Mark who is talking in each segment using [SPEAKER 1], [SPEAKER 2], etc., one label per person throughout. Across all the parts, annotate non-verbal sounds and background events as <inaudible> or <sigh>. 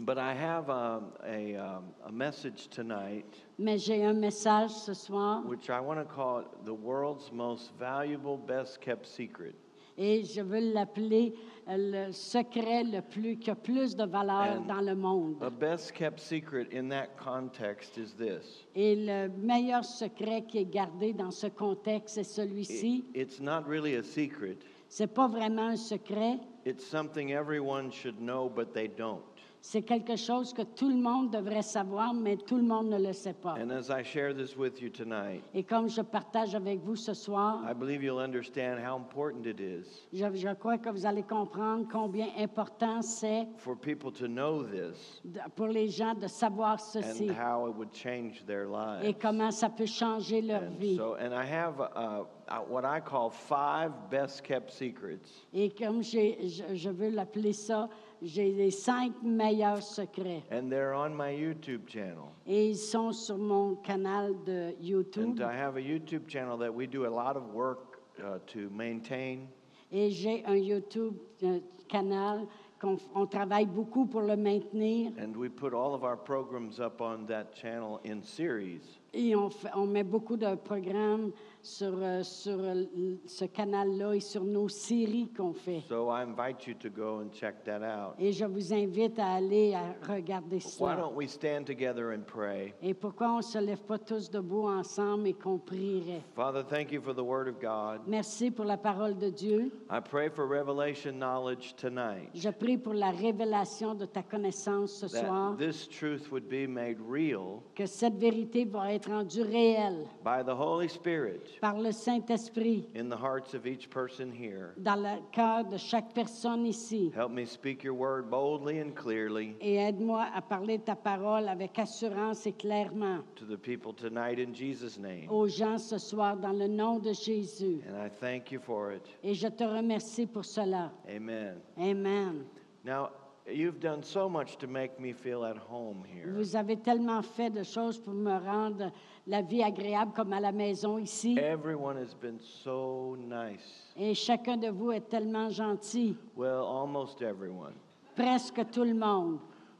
[SPEAKER 1] But I have um, a, um, a message tonight,
[SPEAKER 2] mais j'ai un message ce soir
[SPEAKER 1] which I want to call it the world's most valuable, best kept secret.
[SPEAKER 2] et je veux l'appeler euh, le secret le plus, qui a plus de valeur
[SPEAKER 1] And-
[SPEAKER 2] dans le monde.
[SPEAKER 1] A best kept secret in that context is this
[SPEAKER 2] Et le meilleur secret qui est gardé dans ce contexte, c'est
[SPEAKER 1] I-
[SPEAKER 2] celui-ci.
[SPEAKER 1] it's not really a secret,
[SPEAKER 2] C'est pas vraiment un secret,
[SPEAKER 1] it's something everyone should know, but they don't.
[SPEAKER 2] c'est quelque chose que tout le monde devrait savoir, mais tout le monde ne le sait pas.
[SPEAKER 1] And as I share this with you tonight,
[SPEAKER 2] Et comme je partage avec vous ce soir,
[SPEAKER 1] I believe you'll understand how important it is
[SPEAKER 2] je, je crois que vous allez comprendre combien important c'est
[SPEAKER 1] for people to know this
[SPEAKER 2] de- pour les gens de savoir ceci
[SPEAKER 1] and how it would change their lives.
[SPEAKER 2] et comment ça peut changer leur
[SPEAKER 1] And
[SPEAKER 2] vie.
[SPEAKER 1] so, and I have uh, uh, what I call five best kept secrets
[SPEAKER 2] Et comme j'ai- je, je veux l'appeler ça, j'ai les cinq meilleurs secrets.
[SPEAKER 1] and they're on my YouTube channel.
[SPEAKER 2] Et ils sont sur mon canal de
[SPEAKER 1] And
[SPEAKER 2] YouTube.
[SPEAKER 1] I have a YouTube channel that we do a lot of work uh, to maintain.
[SPEAKER 2] Et j'ai un YouTube euh, canal qu'on on travaille beaucoup pour le maintenir.
[SPEAKER 1] And we put all of our programs up on that channel in series.
[SPEAKER 2] Et on, fait- on met beaucoup de programmes sur, euh, sur euh, l- ce canal-là et sur nos séries qu'on fait.
[SPEAKER 1] So I invite you to go and check that out.
[SPEAKER 2] Et je vous invite à aller à regarder
[SPEAKER 1] Why
[SPEAKER 2] cela.
[SPEAKER 1] don't we stand together and pray?
[SPEAKER 2] Et pourquoi on ne se lève pas tous debout ensemble et qu'on prierait?
[SPEAKER 1] Father, thank you for the Word of God.
[SPEAKER 2] Merci pour la parole de Dieu.
[SPEAKER 1] I pray for revelation knowledge tonight.
[SPEAKER 2] Je prie pour la révélation de ta connaissance ce
[SPEAKER 1] That
[SPEAKER 2] soir,
[SPEAKER 1] this truth would be made real
[SPEAKER 2] que cette vérité va être rendue réelle
[SPEAKER 1] by the Holy Spirit
[SPEAKER 2] par le Saint-Esprit
[SPEAKER 1] in the hearts of each person here.
[SPEAKER 2] dans le cœur de chaque personne ici.
[SPEAKER 1] Help me speak your word boldly and clearly
[SPEAKER 2] Et aide-moi à parler ta parole avec assurance et clairement
[SPEAKER 1] to the people tonight in Jesus' name.
[SPEAKER 2] aux gens ce soir dans le nom de Jésus.
[SPEAKER 1] And I thank you for it.
[SPEAKER 2] Et je te remercie pour cela.
[SPEAKER 1] Amen.
[SPEAKER 2] Amen.
[SPEAKER 1] Now, you've done so much to make me feel at home here.
[SPEAKER 2] Vous avez tellement fait de choses pour me rendre la vie agréable comme à la maison ici.
[SPEAKER 1] Everyone has been so nice.
[SPEAKER 2] Et chacun de vous est tellement gentil.
[SPEAKER 1] Well, almost everyone,
[SPEAKER 2] Presque tout le monde.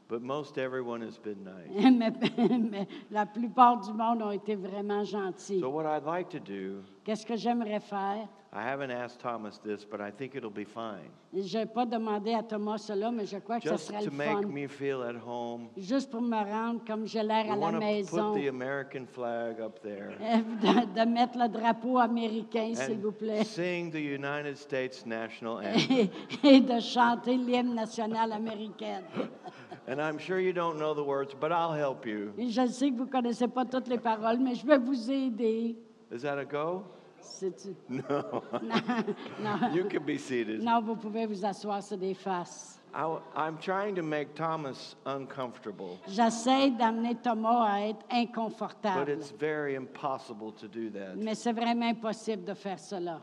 [SPEAKER 1] but most everyone has been nice.
[SPEAKER 2] <laughs> mais, mais la plupart du monde ont été vraiment gentils.
[SPEAKER 1] So, what I'd like to do,
[SPEAKER 2] Qu'est-ce que j'aimerais faire?
[SPEAKER 1] I haven't asked Thomas this, but I think it'll be fine.
[SPEAKER 2] Je n'ai pas demandé à Thomas cela, mais je crois que ce
[SPEAKER 1] Just
[SPEAKER 2] serait le
[SPEAKER 1] to
[SPEAKER 2] fun.
[SPEAKER 1] make me feel at home,
[SPEAKER 2] Juste pour me rendre comme j'ai l'air
[SPEAKER 1] we
[SPEAKER 2] à la
[SPEAKER 1] want to put
[SPEAKER 2] maison.
[SPEAKER 1] the American flag up there.
[SPEAKER 2] <laughs> De, de mettre le drapeau américain, s'il
[SPEAKER 1] and
[SPEAKER 2] vous plaît.
[SPEAKER 1] Sing the United States national anthem.
[SPEAKER 2] <laughs> Et, et de chanter l'hymne national américain.
[SPEAKER 1] and I'm sure you don't know the words, but I'll help you.
[SPEAKER 2] Et je sais que vous ne connaissez pas toutes les paroles, mais je vais vous aider.
[SPEAKER 1] Is that a go? <laughs>
[SPEAKER 2] <laughs> C'est-
[SPEAKER 1] No.
[SPEAKER 2] non,
[SPEAKER 1] you can be seated.
[SPEAKER 2] non, vous pouvez vous asseoir sur des faces.
[SPEAKER 1] I, am trying to make Thomas uncomfortable,
[SPEAKER 2] J'essaie d'amener Thomas à être
[SPEAKER 1] but
[SPEAKER 2] inconfortable,
[SPEAKER 1] it's very impossible to do that.
[SPEAKER 2] mais c'est vraiment impossible de faire cela.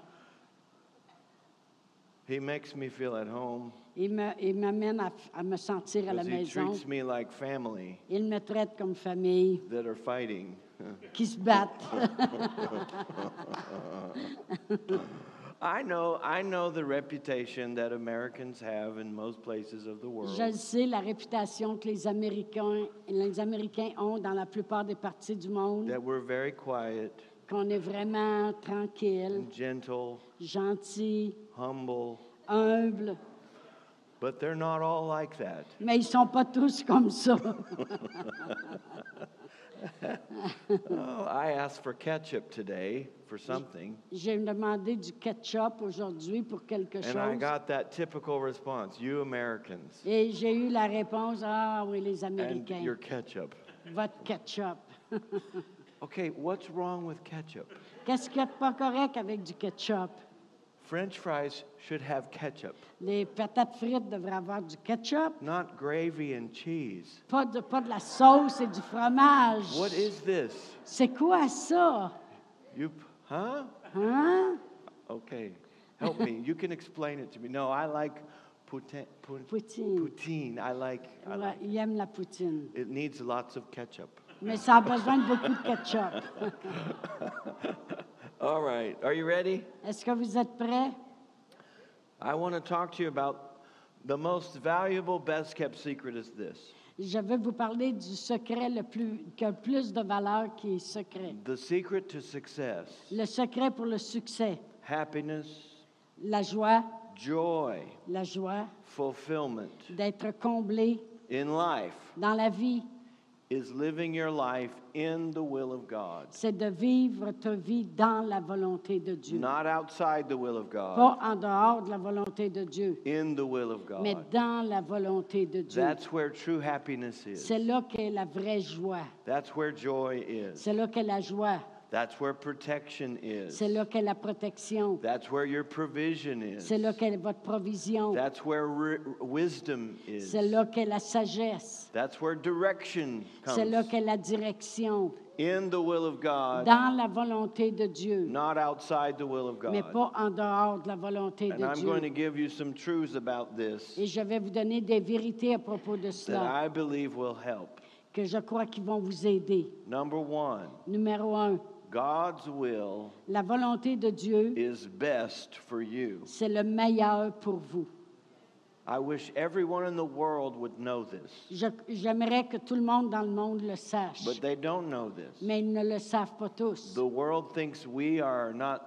[SPEAKER 1] He makes me feel at home
[SPEAKER 2] Il me- il m'amène à, à me sentir à la
[SPEAKER 1] because he
[SPEAKER 2] maison.
[SPEAKER 1] treats me like family
[SPEAKER 2] Il me traite comme famille
[SPEAKER 1] that are fighting. <laughs>
[SPEAKER 2] qui se battent. <laughs>
[SPEAKER 1] I know, I know the reputation that Americans have in most places of the world.
[SPEAKER 2] Je le sais la réputation que les Américains, les Américains ont dans la plupart des parties du monde,
[SPEAKER 1] That we're very quiet,
[SPEAKER 2] qu'on est vraiment tranquille,
[SPEAKER 1] gentle,
[SPEAKER 2] gentil,
[SPEAKER 1] humble,
[SPEAKER 2] humble,
[SPEAKER 1] But they're not all like that.
[SPEAKER 2] mais ils sont pas tous comme ça. <laughs>
[SPEAKER 1] Oh, I asked for ketchup today for something,
[SPEAKER 2] J'ai demandé du ketchup aujourd'hui pour quelque
[SPEAKER 1] and I
[SPEAKER 2] chose.
[SPEAKER 1] got that typical response you Americans
[SPEAKER 2] Et j'ai eu la réponse, ah oui, les
[SPEAKER 1] and your
[SPEAKER 2] Américains,
[SPEAKER 1] ketchup.
[SPEAKER 2] votre ketchup. <laughs>
[SPEAKER 1] Okay, what's wrong with ketchup?
[SPEAKER 2] Qu'est-ce qui n'est pas correct avec du ketchup?
[SPEAKER 1] French fries should have ketchup,
[SPEAKER 2] Les patates frites devraient avoir du ketchup,
[SPEAKER 1] not gravy and cheese.
[SPEAKER 2] pas de, pas de la sauce et du fromage.
[SPEAKER 1] What is this?
[SPEAKER 2] C'est quoi ça?
[SPEAKER 1] You, huh?
[SPEAKER 2] Hein?
[SPEAKER 1] Okay, help me. You can explain it to me. No, I like poutine. pout-
[SPEAKER 2] Poutine.
[SPEAKER 1] Poutine. I like, I
[SPEAKER 2] Ouais,
[SPEAKER 1] like.
[SPEAKER 2] il aime la poutine,
[SPEAKER 1] It needs lots of ketchup.
[SPEAKER 2] mais ça a besoin de beaucoup de ketchup. <laughs>
[SPEAKER 1] All right, are you ready?
[SPEAKER 2] Est-ce que vous êtes prêts?
[SPEAKER 1] I want to talk to you about The most valuable, best kept secret is this
[SPEAKER 2] Je veux vous parler du secret le plus, qui a le plus de valeur qui est secret.
[SPEAKER 1] the secret to success,
[SPEAKER 2] Le secret pour le succès,
[SPEAKER 1] happiness,
[SPEAKER 2] la joie,
[SPEAKER 1] joy,
[SPEAKER 2] la joie
[SPEAKER 1] fulfillment
[SPEAKER 2] d'être comblé
[SPEAKER 1] in life
[SPEAKER 2] dans la vie,
[SPEAKER 1] is living your life in the will of God,
[SPEAKER 2] c'est de vivre ta vie dans la volonté de Dieu.
[SPEAKER 1] not outside the will of God,
[SPEAKER 2] Pas en dehors de la volonté de Dieu,
[SPEAKER 1] in the will of
[SPEAKER 2] mais
[SPEAKER 1] God.
[SPEAKER 2] dans la volonté de Dieu.
[SPEAKER 1] That's where true happiness is.
[SPEAKER 2] C'est là qu'est la vraie joie.
[SPEAKER 1] That's where joy is.
[SPEAKER 2] C'est là qu'est la joie.
[SPEAKER 1] That's where protection is.
[SPEAKER 2] C'est là qu'est la protection.
[SPEAKER 1] That's where your provision is.
[SPEAKER 2] C'est là qu'est votre provision.
[SPEAKER 1] That's where ri- wisdom is.
[SPEAKER 2] C'est là qu'est la sagesse.
[SPEAKER 1] That's where direction
[SPEAKER 2] C'est là
[SPEAKER 1] comes.
[SPEAKER 2] qu'est la direction.
[SPEAKER 1] In the will of God,
[SPEAKER 2] Dans la volonté de Dieu,
[SPEAKER 1] not outside the will of
[SPEAKER 2] mais
[SPEAKER 1] God.
[SPEAKER 2] pas en dehors de la volonté
[SPEAKER 1] And
[SPEAKER 2] de
[SPEAKER 1] I'm going to
[SPEAKER 2] Dieu.
[SPEAKER 1] give you some truths about this
[SPEAKER 2] Et je vais vous donner des vérités à propos de
[SPEAKER 1] that
[SPEAKER 2] cela
[SPEAKER 1] I believe will help.
[SPEAKER 2] que je crois qui vont vous aider.
[SPEAKER 1] Number one,
[SPEAKER 2] Numéro un,
[SPEAKER 1] God's will
[SPEAKER 2] la volonté de Dieu,
[SPEAKER 1] is best for you.
[SPEAKER 2] c'est le meilleur pour vous.
[SPEAKER 1] I wish everyone in the world would know this,
[SPEAKER 2] Je- J'aimerais que tout le monde dans le monde le sache,
[SPEAKER 1] but they don't know this.
[SPEAKER 2] mais ils ne le savent pas tous.
[SPEAKER 1] The world thinks we are not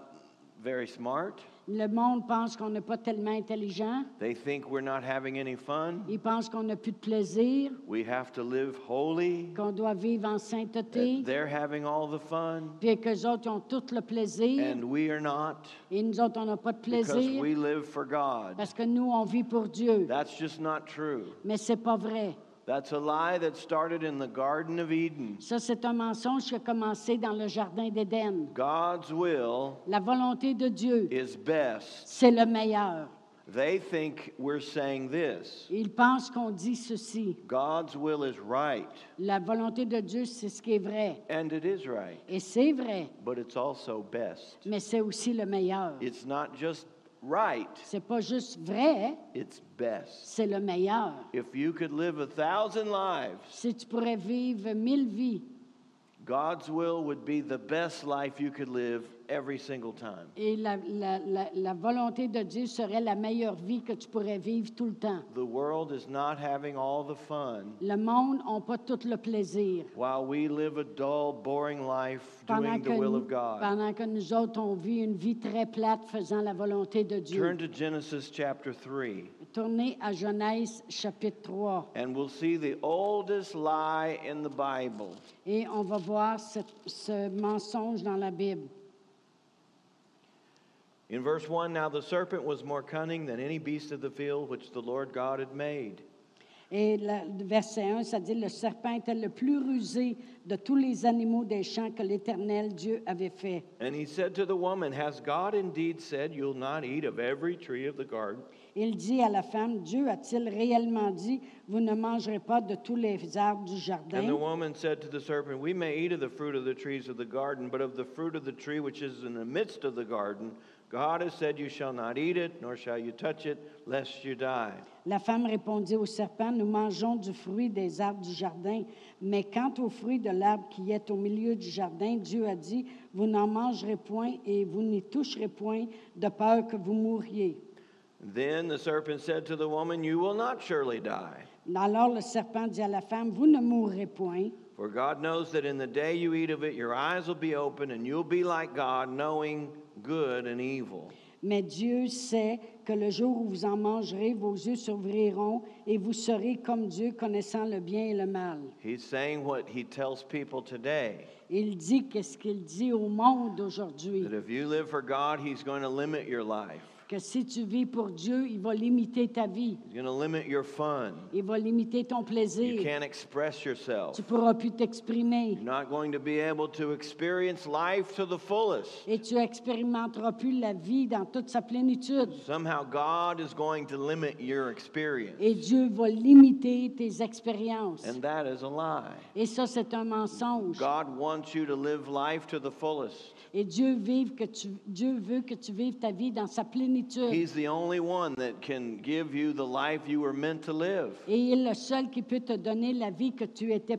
[SPEAKER 1] very smart.
[SPEAKER 2] Le monde pense qu'on n'est pas tellement intelligent.
[SPEAKER 1] They think we're not having any fun.
[SPEAKER 2] Ils pensent qu'on n'a plus de plaisir,
[SPEAKER 1] We have to live holy.
[SPEAKER 2] qu'on doit vivre en
[SPEAKER 1] that
[SPEAKER 2] sainteté,
[SPEAKER 1] They're having all the fun,
[SPEAKER 2] puis qu'eux autres ont tout le plaisir,
[SPEAKER 1] and we are not
[SPEAKER 2] et nous autres, on n'a pas de
[SPEAKER 1] because
[SPEAKER 2] plaisir,
[SPEAKER 1] we live for God.
[SPEAKER 2] parce que nous, on vit pour Dieu.
[SPEAKER 1] That's just not true.
[SPEAKER 2] Mais c'est pas vrai.
[SPEAKER 1] That's a lie that started in the Garden of Eden.
[SPEAKER 2] Ça, c'est un mensonge qui a commencé dans le Jardin d'Éden.
[SPEAKER 1] God's will
[SPEAKER 2] La volonté de Dieu,
[SPEAKER 1] is best.
[SPEAKER 2] c'est le meilleur.
[SPEAKER 1] They think we're saying this
[SPEAKER 2] Ils pensent qu'on dit ceci.
[SPEAKER 1] God's will is right,
[SPEAKER 2] La volonté de Dieu, c'est ce qui est vrai.
[SPEAKER 1] and it is right,
[SPEAKER 2] Et c'est vrai,
[SPEAKER 1] but it's also best.
[SPEAKER 2] mais c'est aussi le meilleur.
[SPEAKER 1] It's not just right,
[SPEAKER 2] C'est pas juste vrai,
[SPEAKER 1] it's best.
[SPEAKER 2] c'est le meilleur.
[SPEAKER 1] If you could live a thousand lives,
[SPEAKER 2] Si tu pourrais vivre mille vies
[SPEAKER 1] God's will would be the best life you could live every single time.
[SPEAKER 2] et la, la- la- la volonté de Dieu serait la meilleure vie que tu pourrais vivre tout le temps.
[SPEAKER 1] The world is not having all the fun
[SPEAKER 2] Le monde n'a pas tout le plaisir.
[SPEAKER 1] while we live a dull, boring life
[SPEAKER 2] Pendant
[SPEAKER 1] doing
[SPEAKER 2] que,
[SPEAKER 1] the will
[SPEAKER 2] nous,
[SPEAKER 1] of God.
[SPEAKER 2] pendant que nous autres, on vit une vie très plate faisant la volonté de
[SPEAKER 1] Turn
[SPEAKER 2] Dieu.
[SPEAKER 1] to Genesis chapter 3,
[SPEAKER 2] Tournez à Genèse chapitre 3
[SPEAKER 1] and we'll see the oldest lie in the Bible.
[SPEAKER 2] et on va voir ce, ce mensonge dans la Bible.
[SPEAKER 1] In verse 1, now the serpent was more cunning than any beast of the field which the Lord God had made.
[SPEAKER 2] Et le verset 1, ça dit, le serpent était le plus rusé de tous les animaux des champs que l'Éternel Dieu avait fait.
[SPEAKER 1] And he said to the woman, Has God indeed said, You'll not eat of every tree of the garden?
[SPEAKER 2] Il dit à la femme, Dieu a-t-il réellement dit, vous ne mangerez pas de tous les arbres du
[SPEAKER 1] And the
[SPEAKER 2] jardin?
[SPEAKER 1] woman said to the serpent, We may eat of the fruit of the trees of the garden, but of the fruit of the tree which is in the midst of the garden, God has said, You shall not eat it, nor shall you touch it, lest you die.
[SPEAKER 2] La femme répondit au serpent, nous mangeons du fruit des arbres du jardin, mais quant au fruit de l'arbre qui est au milieu du jardin, Dieu a dit, vous n'en mangerez point et vous n'y toucherez point, de peur que vous mouriez.
[SPEAKER 1] Then the serpent said to the woman, You will not surely die.
[SPEAKER 2] Alors le serpent dit à la femme, vous ne mourrez point.
[SPEAKER 1] For God knows that in the day you eat of it, your eyes will be open, and you'll be like God, knowing good and evil.
[SPEAKER 2] Mais Dieu sait que le jour où vous en mangerez, vos yeux s'ouvriront et vous serez comme Dieu connaissant le bien et le mal.
[SPEAKER 1] He's saying what he tells people today
[SPEAKER 2] Il dit qu'est-ce qu'il dit au monde aujourd'hui,
[SPEAKER 1] that if you live for God, he's going to limit your life,
[SPEAKER 2] que si tu vis pour Dieu, il va limiter ta vie,
[SPEAKER 1] he's going to limit your fun.
[SPEAKER 2] il va limiter ton
[SPEAKER 1] You
[SPEAKER 2] plaisir,
[SPEAKER 1] can't express yourself.
[SPEAKER 2] tu pourras plus t'exprimer
[SPEAKER 1] You're not going to be able to experience life to the fullest.
[SPEAKER 2] et tu expérimenteras plus la vie dans toute sa plénitude.
[SPEAKER 1] Somehow God is going to limit your experience.
[SPEAKER 2] Et Dieu va limiter tes expériences.
[SPEAKER 1] And that is a lie.
[SPEAKER 2] Et ça, c'est un mensonge.
[SPEAKER 1] God wants you to live life to the fullest.
[SPEAKER 2] Et Dieu, vive que tu- Dieu veut que tu vives ta vie dans sa plénitude.
[SPEAKER 1] He's the only one that can give you the life you were meant to live.
[SPEAKER 2] Et il est le seul qui peut te donner la vie que tu étais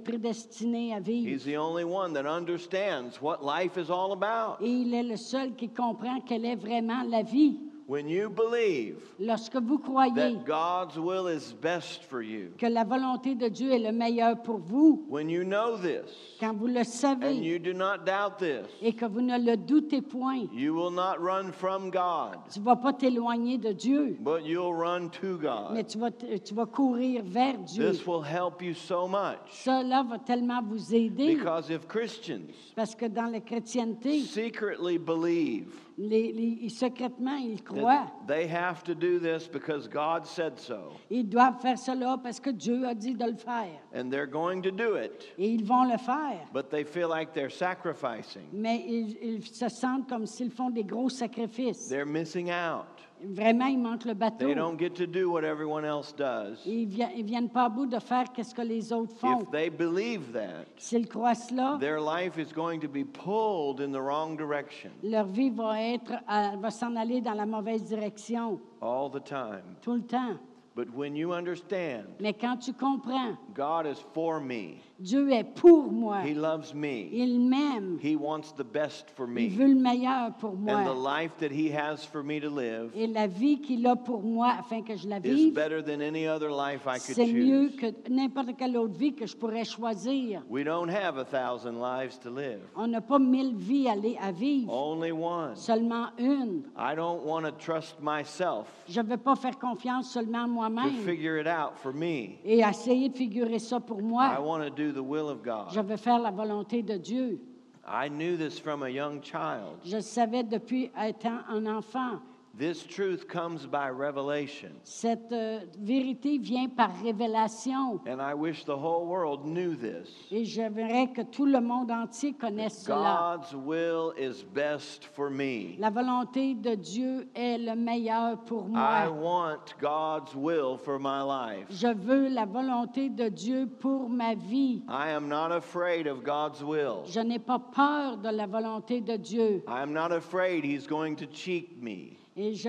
[SPEAKER 2] prédestiné à vivre.
[SPEAKER 1] He's the only one that understands what life is all about.
[SPEAKER 2] Et il est le seul qui comprend quelle est vraiment la vie.
[SPEAKER 1] When you believe
[SPEAKER 2] Lorsque vous croyez
[SPEAKER 1] that God's will is best for you,
[SPEAKER 2] que la volonté de Dieu est le meilleur pour vous,
[SPEAKER 1] when you know this
[SPEAKER 2] quand vous le
[SPEAKER 1] and
[SPEAKER 2] savez
[SPEAKER 1] you do not doubt this,
[SPEAKER 2] et que vous ne le doutez point,
[SPEAKER 1] you will not run from God,
[SPEAKER 2] tu ne vas pas t'éloigner de Dieu,
[SPEAKER 1] but you'll run to
[SPEAKER 2] mais
[SPEAKER 1] God.
[SPEAKER 2] tu vas, t- tu vas courir vers Dieu.
[SPEAKER 1] This will help you so much
[SPEAKER 2] Cela va tellement vous aider
[SPEAKER 1] because if Christians
[SPEAKER 2] parce que dans la chrétienté,
[SPEAKER 1] secretly believe
[SPEAKER 2] les- les- secrètement, ils croient.
[SPEAKER 1] that they have to do this because God said so,
[SPEAKER 2] Ils doivent faire cela parce que Dieu a dit de le faire.
[SPEAKER 1] and they're going to do it,
[SPEAKER 2] Et ils vont le faire.
[SPEAKER 1] but they feel like they're sacrificing,
[SPEAKER 2] Mais ils, ils se sentent comme s'ils font des gros sacrifices.
[SPEAKER 1] they're missing out.
[SPEAKER 2] Vraiment, ils manquent le bateau.
[SPEAKER 1] They don't get to do what everyone else does.
[SPEAKER 2] Et Ils ne viennent pas à bout de faire quest ce que les autres font.
[SPEAKER 1] If they believe that,
[SPEAKER 2] S'ils croient cela,
[SPEAKER 1] their life is going to be pulled in the wrong direction
[SPEAKER 2] leur vie va, être, à- va s'en aller dans la mauvaise direction
[SPEAKER 1] all the time.
[SPEAKER 2] tout le temps.
[SPEAKER 1] But when you understand
[SPEAKER 2] Mais quand tu comprends,
[SPEAKER 1] God is for me,
[SPEAKER 2] Dieu est pour moi.
[SPEAKER 1] He loves me,
[SPEAKER 2] Il m'aime.
[SPEAKER 1] He wants the best for
[SPEAKER 2] Il veut
[SPEAKER 1] me,
[SPEAKER 2] le meilleur pour
[SPEAKER 1] and the
[SPEAKER 2] moi.
[SPEAKER 1] life that He has for me to live
[SPEAKER 2] Et la vie qu'il a pour moi, afin que je la
[SPEAKER 1] is
[SPEAKER 2] vive,
[SPEAKER 1] better than any other life I could
[SPEAKER 2] c'est mieux
[SPEAKER 1] choose.
[SPEAKER 2] que n'importe quelle autre vie que je pourrais choisir.
[SPEAKER 1] We don't have a thousand lives to live,
[SPEAKER 2] On n'a pas mille vies à, li- à vivre,
[SPEAKER 1] only one.
[SPEAKER 2] seulement une.
[SPEAKER 1] I don't want to trust myself
[SPEAKER 2] Je ne vais pas faire confiance seulement à
[SPEAKER 1] to
[SPEAKER 2] moi-même
[SPEAKER 1] figure it out for me.
[SPEAKER 2] et essayer de figurer ça pour
[SPEAKER 1] I
[SPEAKER 2] moi.
[SPEAKER 1] want to do the will of
[SPEAKER 2] Je
[SPEAKER 1] God.
[SPEAKER 2] vais faire la volonté de Dieu.
[SPEAKER 1] I knew this from a young child.
[SPEAKER 2] Je le savais depuis étant un enfant.
[SPEAKER 1] This truth comes by revelation.
[SPEAKER 2] Cette euh, vérité vient par révélation.
[SPEAKER 1] And I wish the whole world knew this.
[SPEAKER 2] Et j'aimerais que tout le monde entier connaisse cela.
[SPEAKER 1] God's will is best for me.
[SPEAKER 2] La volonté de Dieu est le meilleur pour
[SPEAKER 1] I
[SPEAKER 2] moi.
[SPEAKER 1] want God's will for my life.
[SPEAKER 2] Je veux la volonté de Dieu pour ma vie.
[SPEAKER 1] I am not afraid of God's will.
[SPEAKER 2] Je n'ai pas peur de la volonté de Dieu.
[SPEAKER 1] I am not afraid He's going to cheat me
[SPEAKER 2] Et je, je-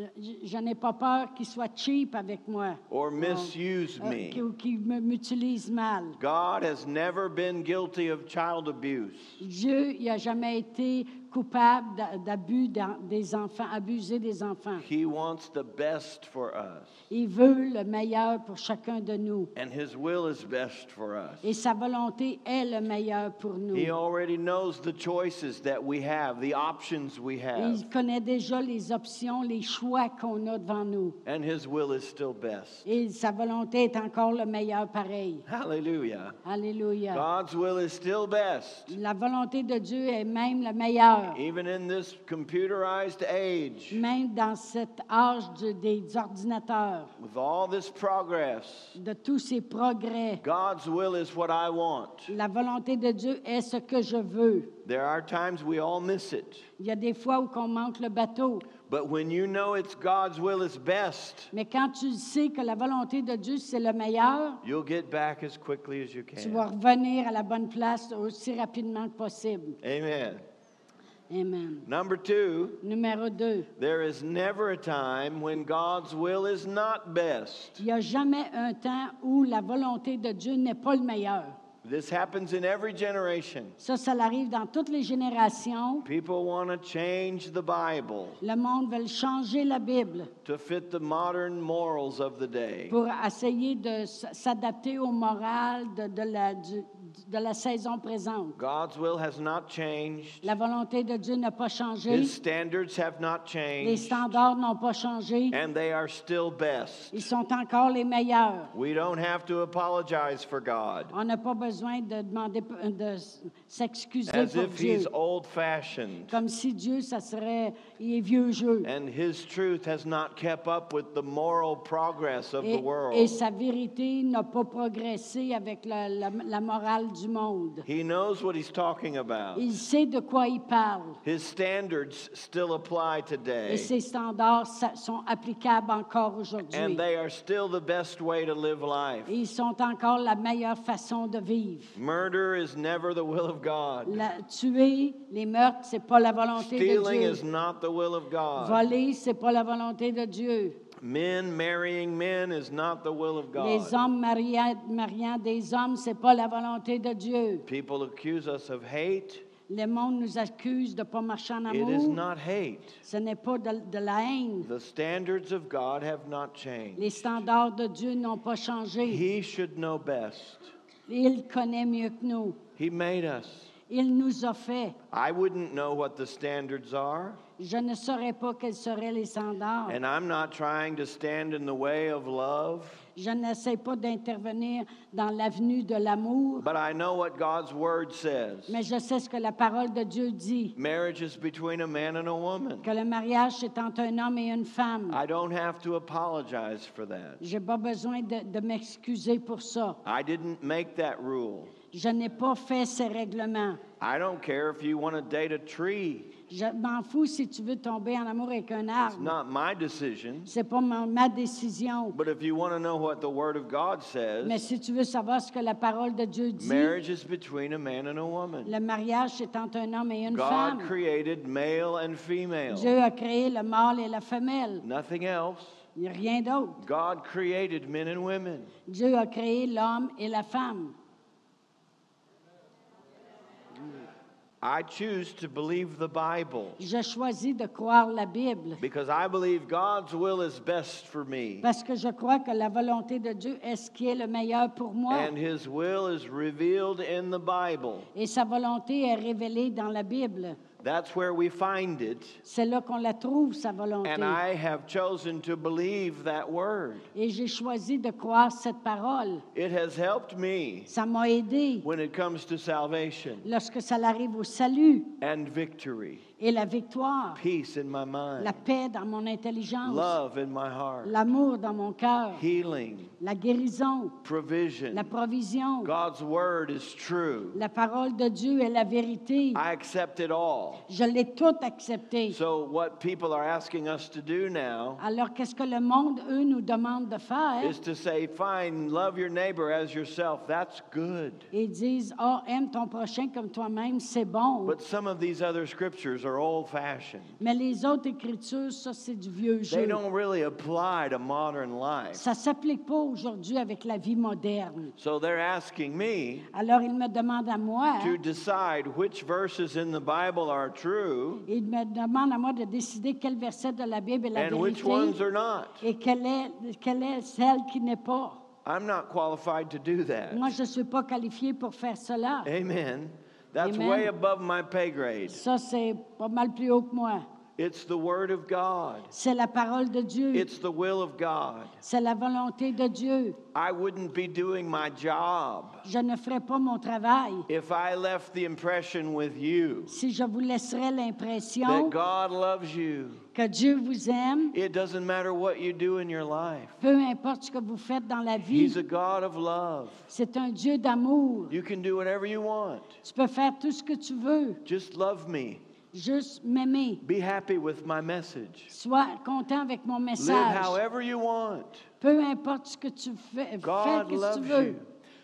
[SPEAKER 2] euh, je- je n'ai pas peur qu'il soit cheap avec moi
[SPEAKER 1] or misuse
[SPEAKER 2] euh, qu'il-
[SPEAKER 1] me.
[SPEAKER 2] ou qu'il me- m'utilise mal.
[SPEAKER 1] God has never been guilty of child abuse.
[SPEAKER 2] Dieu il n'a jamais été coupable d'a- d'abus d'en- des enfants, abuser des enfants.
[SPEAKER 1] He wants the best for us,
[SPEAKER 2] Il veut le meilleur pour chacun de nous.
[SPEAKER 1] and His will is best for us.
[SPEAKER 2] Et sa volonté est le meilleur pour nous.
[SPEAKER 1] He already knows the choices that we have, the options we have,
[SPEAKER 2] Il connaît déjà les options, les choix qu'on a devant nous.
[SPEAKER 1] and His will is still best.
[SPEAKER 2] Et sa volonté est encore le meilleur pareil.
[SPEAKER 1] Hallelujah.
[SPEAKER 2] Alléluia.
[SPEAKER 1] God's will is still best,
[SPEAKER 2] La volonté de Dieu est même la meilleure.
[SPEAKER 1] even in this computerized age,
[SPEAKER 2] Même dans cet âge du- des ordinateurs,
[SPEAKER 1] with all this progress.
[SPEAKER 2] de tous ces progrès,
[SPEAKER 1] God's will is what I want.
[SPEAKER 2] la volonté de Dieu est ce que je veux.
[SPEAKER 1] There are times we all miss it,
[SPEAKER 2] Il y a des fois où on manque le bateau,
[SPEAKER 1] but when you know it's God's will is best,
[SPEAKER 2] mais quand tu sais que la volonté de Dieu, c'est le meilleur,
[SPEAKER 1] you'll get back as quickly as you
[SPEAKER 2] tu vas
[SPEAKER 1] can.
[SPEAKER 2] revenir à la bonne place aussi rapidement que possible.
[SPEAKER 1] Amen.
[SPEAKER 2] Amen.
[SPEAKER 1] Number two,
[SPEAKER 2] Numéro 2.
[SPEAKER 1] There is never a time when God's will is not best.
[SPEAKER 2] Il n'y a jamais un temps où la volonté de Dieu n'est pas le meilleur.
[SPEAKER 1] This happens in every generation.
[SPEAKER 2] Ça, ça arrive dans toutes les générations.
[SPEAKER 1] People want to change the Bible
[SPEAKER 2] Le monde veut changer la Bible.
[SPEAKER 1] to fit the modern morals of the day.
[SPEAKER 2] pour essayer de s- s'adapter au moral de, de la, du- de la saison présente.
[SPEAKER 1] God's will has not changed.
[SPEAKER 2] La volonté de Dieu n'a pas changé,
[SPEAKER 1] His standards have not changed.
[SPEAKER 2] les standards n'ont pas changé,
[SPEAKER 1] And they are still best.
[SPEAKER 2] ils sont encore les meilleurs.
[SPEAKER 1] We don't have to apologize for God
[SPEAKER 2] On n'a pas besoin de demander p- de s- s'excuser
[SPEAKER 1] as
[SPEAKER 2] pour
[SPEAKER 1] if He's
[SPEAKER 2] Dieu,
[SPEAKER 1] old fashioned
[SPEAKER 2] comme si Dieu, ça serait il est vieux jeu.
[SPEAKER 1] and His truth has not kept up with the moral progress of the
[SPEAKER 2] Et, et
[SPEAKER 1] world.
[SPEAKER 2] sa vérité n'a pas progressé avec la, la- la morale du monde.
[SPEAKER 1] He knows what He's talking about.
[SPEAKER 2] Il sait de quoi il parle
[SPEAKER 1] His standards still apply
[SPEAKER 2] et
[SPEAKER 1] today,
[SPEAKER 2] ses standards sa- sont applicables encore aujourd'hui.
[SPEAKER 1] and they are still the best way to live life.
[SPEAKER 2] Et ils sont encore la meilleure façon de vivre.
[SPEAKER 1] Murder is never the will of God.
[SPEAKER 2] La- tuer, les meurtres, c'est pas la volonté de
[SPEAKER 1] Stealing is
[SPEAKER 2] Dieu.
[SPEAKER 1] not the will of God.
[SPEAKER 2] Voler, c'est pas la volonté de Dieu.
[SPEAKER 1] Men marrying men is not the will of
[SPEAKER 2] Les
[SPEAKER 1] God.
[SPEAKER 2] hommes mariant, mariant des hommes, c'est pas la volonté de Dieu.
[SPEAKER 1] People accuse us of hate,
[SPEAKER 2] Le monde nous accuse de ne pas marcher en
[SPEAKER 1] It is
[SPEAKER 2] amour.
[SPEAKER 1] not hate.
[SPEAKER 2] Ce n'est pas de, de la haine.
[SPEAKER 1] The standards of God have not changed.
[SPEAKER 2] Les standards de Dieu n'ont pas changé.
[SPEAKER 1] He should know best.
[SPEAKER 2] Il connaît mieux que nous.
[SPEAKER 1] He made us.
[SPEAKER 2] Il nous a fait.
[SPEAKER 1] I wouldn't know what the standards are,
[SPEAKER 2] Je ne saurais pas quels seraient les standards.
[SPEAKER 1] and I'm not trying to stand in the way of love,
[SPEAKER 2] Je n'essaie pas d'intervenir dans l'avenue de l'amour,
[SPEAKER 1] but I know what God's word says.
[SPEAKER 2] mais je sais ce que la parole de Dieu dit,
[SPEAKER 1] Marriage is between a man and a woman.
[SPEAKER 2] que le mariage, c'est entre un homme et une femme.
[SPEAKER 1] I don't have to apologize for that.
[SPEAKER 2] J'ai pas besoin de, de m'excuser pour ça.
[SPEAKER 1] I didn't make that rule.
[SPEAKER 2] Je n'ai pas fait ces règlements.
[SPEAKER 1] I don't care if you want to date a tree.
[SPEAKER 2] Je m'en fous si tu veux tomber en amour avec un
[SPEAKER 1] It's
[SPEAKER 2] arbre.
[SPEAKER 1] not my decision.
[SPEAKER 2] C'est pas ma, ma décision.
[SPEAKER 1] But if you want to know what the word of God says,
[SPEAKER 2] Mais si tu veux savoir ce que la parole de Dieu dit,
[SPEAKER 1] marriage is between a man and a woman.
[SPEAKER 2] le mariage, c'est entre un homme et une
[SPEAKER 1] God
[SPEAKER 2] femme.
[SPEAKER 1] created male and female.
[SPEAKER 2] Dieu a créé le mâle et la femelle.
[SPEAKER 1] Nothing else.
[SPEAKER 2] Il n'y a rien d'autre.
[SPEAKER 1] God created men and women.
[SPEAKER 2] Dieu a créé l'homme et la femme.
[SPEAKER 1] I choose to believe the Bible
[SPEAKER 2] Je choisis de croire la Bible
[SPEAKER 1] because I believe God's will is best for me.
[SPEAKER 2] parce que je crois que la volonté de Dieu est ce qui est le meilleur pour moi.
[SPEAKER 1] And his will is revealed in the Bible.
[SPEAKER 2] Et sa volonté est révélée dans la Bible.
[SPEAKER 1] That's where we find it.
[SPEAKER 2] C'est là qu'on la trouve, sa volonté.
[SPEAKER 1] And I have chosen to believe that word.
[SPEAKER 2] Et j'ai choisi de croire cette parole.
[SPEAKER 1] It has helped me
[SPEAKER 2] Ça m'a aidé
[SPEAKER 1] when it comes to salvation
[SPEAKER 2] lorsque ça arrive au salut
[SPEAKER 1] and victory,
[SPEAKER 2] et la victoire,
[SPEAKER 1] peace in my
[SPEAKER 2] la
[SPEAKER 1] mind,
[SPEAKER 2] paix dans mon intelligence,
[SPEAKER 1] love in my heart,
[SPEAKER 2] l'amour dans mon cœur,
[SPEAKER 1] healing,
[SPEAKER 2] la guérison,
[SPEAKER 1] provision.
[SPEAKER 2] la provision.
[SPEAKER 1] God's word is true.
[SPEAKER 2] La parole de Dieu est la vérité.
[SPEAKER 1] I accept it all.
[SPEAKER 2] Je l'ai tout accepté.
[SPEAKER 1] So, what people are asking us to do now
[SPEAKER 2] Alors, qu'est-ce que le monde, eux, nous demande de faire?
[SPEAKER 1] is to say, fine, love your neighbor as yourself. That's good.
[SPEAKER 2] Ils disent, ah, aime ton prochain comme toi-même, c'est bon.
[SPEAKER 1] But some of these other scriptures are old fashioned.
[SPEAKER 2] Mais les autres écritures, ça, c'est du vieux
[SPEAKER 1] They
[SPEAKER 2] jeu.
[SPEAKER 1] don't really apply to modern life.
[SPEAKER 2] Ça s'applique pas aujourd'hui avec la vie moderne.
[SPEAKER 1] So they're asking me
[SPEAKER 2] Alors, ils me demandent à moi,
[SPEAKER 1] to decide which verses in the Bible are true
[SPEAKER 2] ils me demandent à moi de décider quel verset de la Bible est la
[SPEAKER 1] and which ones
[SPEAKER 2] vérité
[SPEAKER 1] are not.
[SPEAKER 2] et quelle est, quelle est celle qui n'est pas.
[SPEAKER 1] I'm not qualified to do that.
[SPEAKER 2] Moi, je ne suis pas qualifiée pour faire cela.
[SPEAKER 1] Amen. That's
[SPEAKER 2] Amen.
[SPEAKER 1] way above my pay grade.
[SPEAKER 2] Ça, c'est pas mal plus haut que moi.
[SPEAKER 1] It's the Word of God,
[SPEAKER 2] C'est la parole de Dieu.
[SPEAKER 1] it's the will of God.
[SPEAKER 2] C'est la volonté de Dieu.
[SPEAKER 1] I wouldn't be doing my job
[SPEAKER 2] Je ne ferai pas mon travail
[SPEAKER 1] if I left the impression with you
[SPEAKER 2] si je vous laisserais
[SPEAKER 1] that
[SPEAKER 2] l'impression
[SPEAKER 1] Ben, God loves you.
[SPEAKER 2] que Dieu vous aime,
[SPEAKER 1] It doesn't matter what you do in your life.
[SPEAKER 2] peu importe ce que vous faites dans la vie.
[SPEAKER 1] He's a God of love.
[SPEAKER 2] C'est un Dieu d'amour.
[SPEAKER 1] You can do whatever you want.
[SPEAKER 2] Tu peux faire tout ce que tu veux,
[SPEAKER 1] Just love me.
[SPEAKER 2] juste m'aimer.
[SPEAKER 1] Be happy with my message.
[SPEAKER 2] Sois content avec mon
[SPEAKER 1] Live
[SPEAKER 2] message.
[SPEAKER 1] however you want.
[SPEAKER 2] Peu importe ce que tu fais, fais
[SPEAKER 1] God
[SPEAKER 2] ce que tu
[SPEAKER 1] loves
[SPEAKER 2] veux.
[SPEAKER 1] you.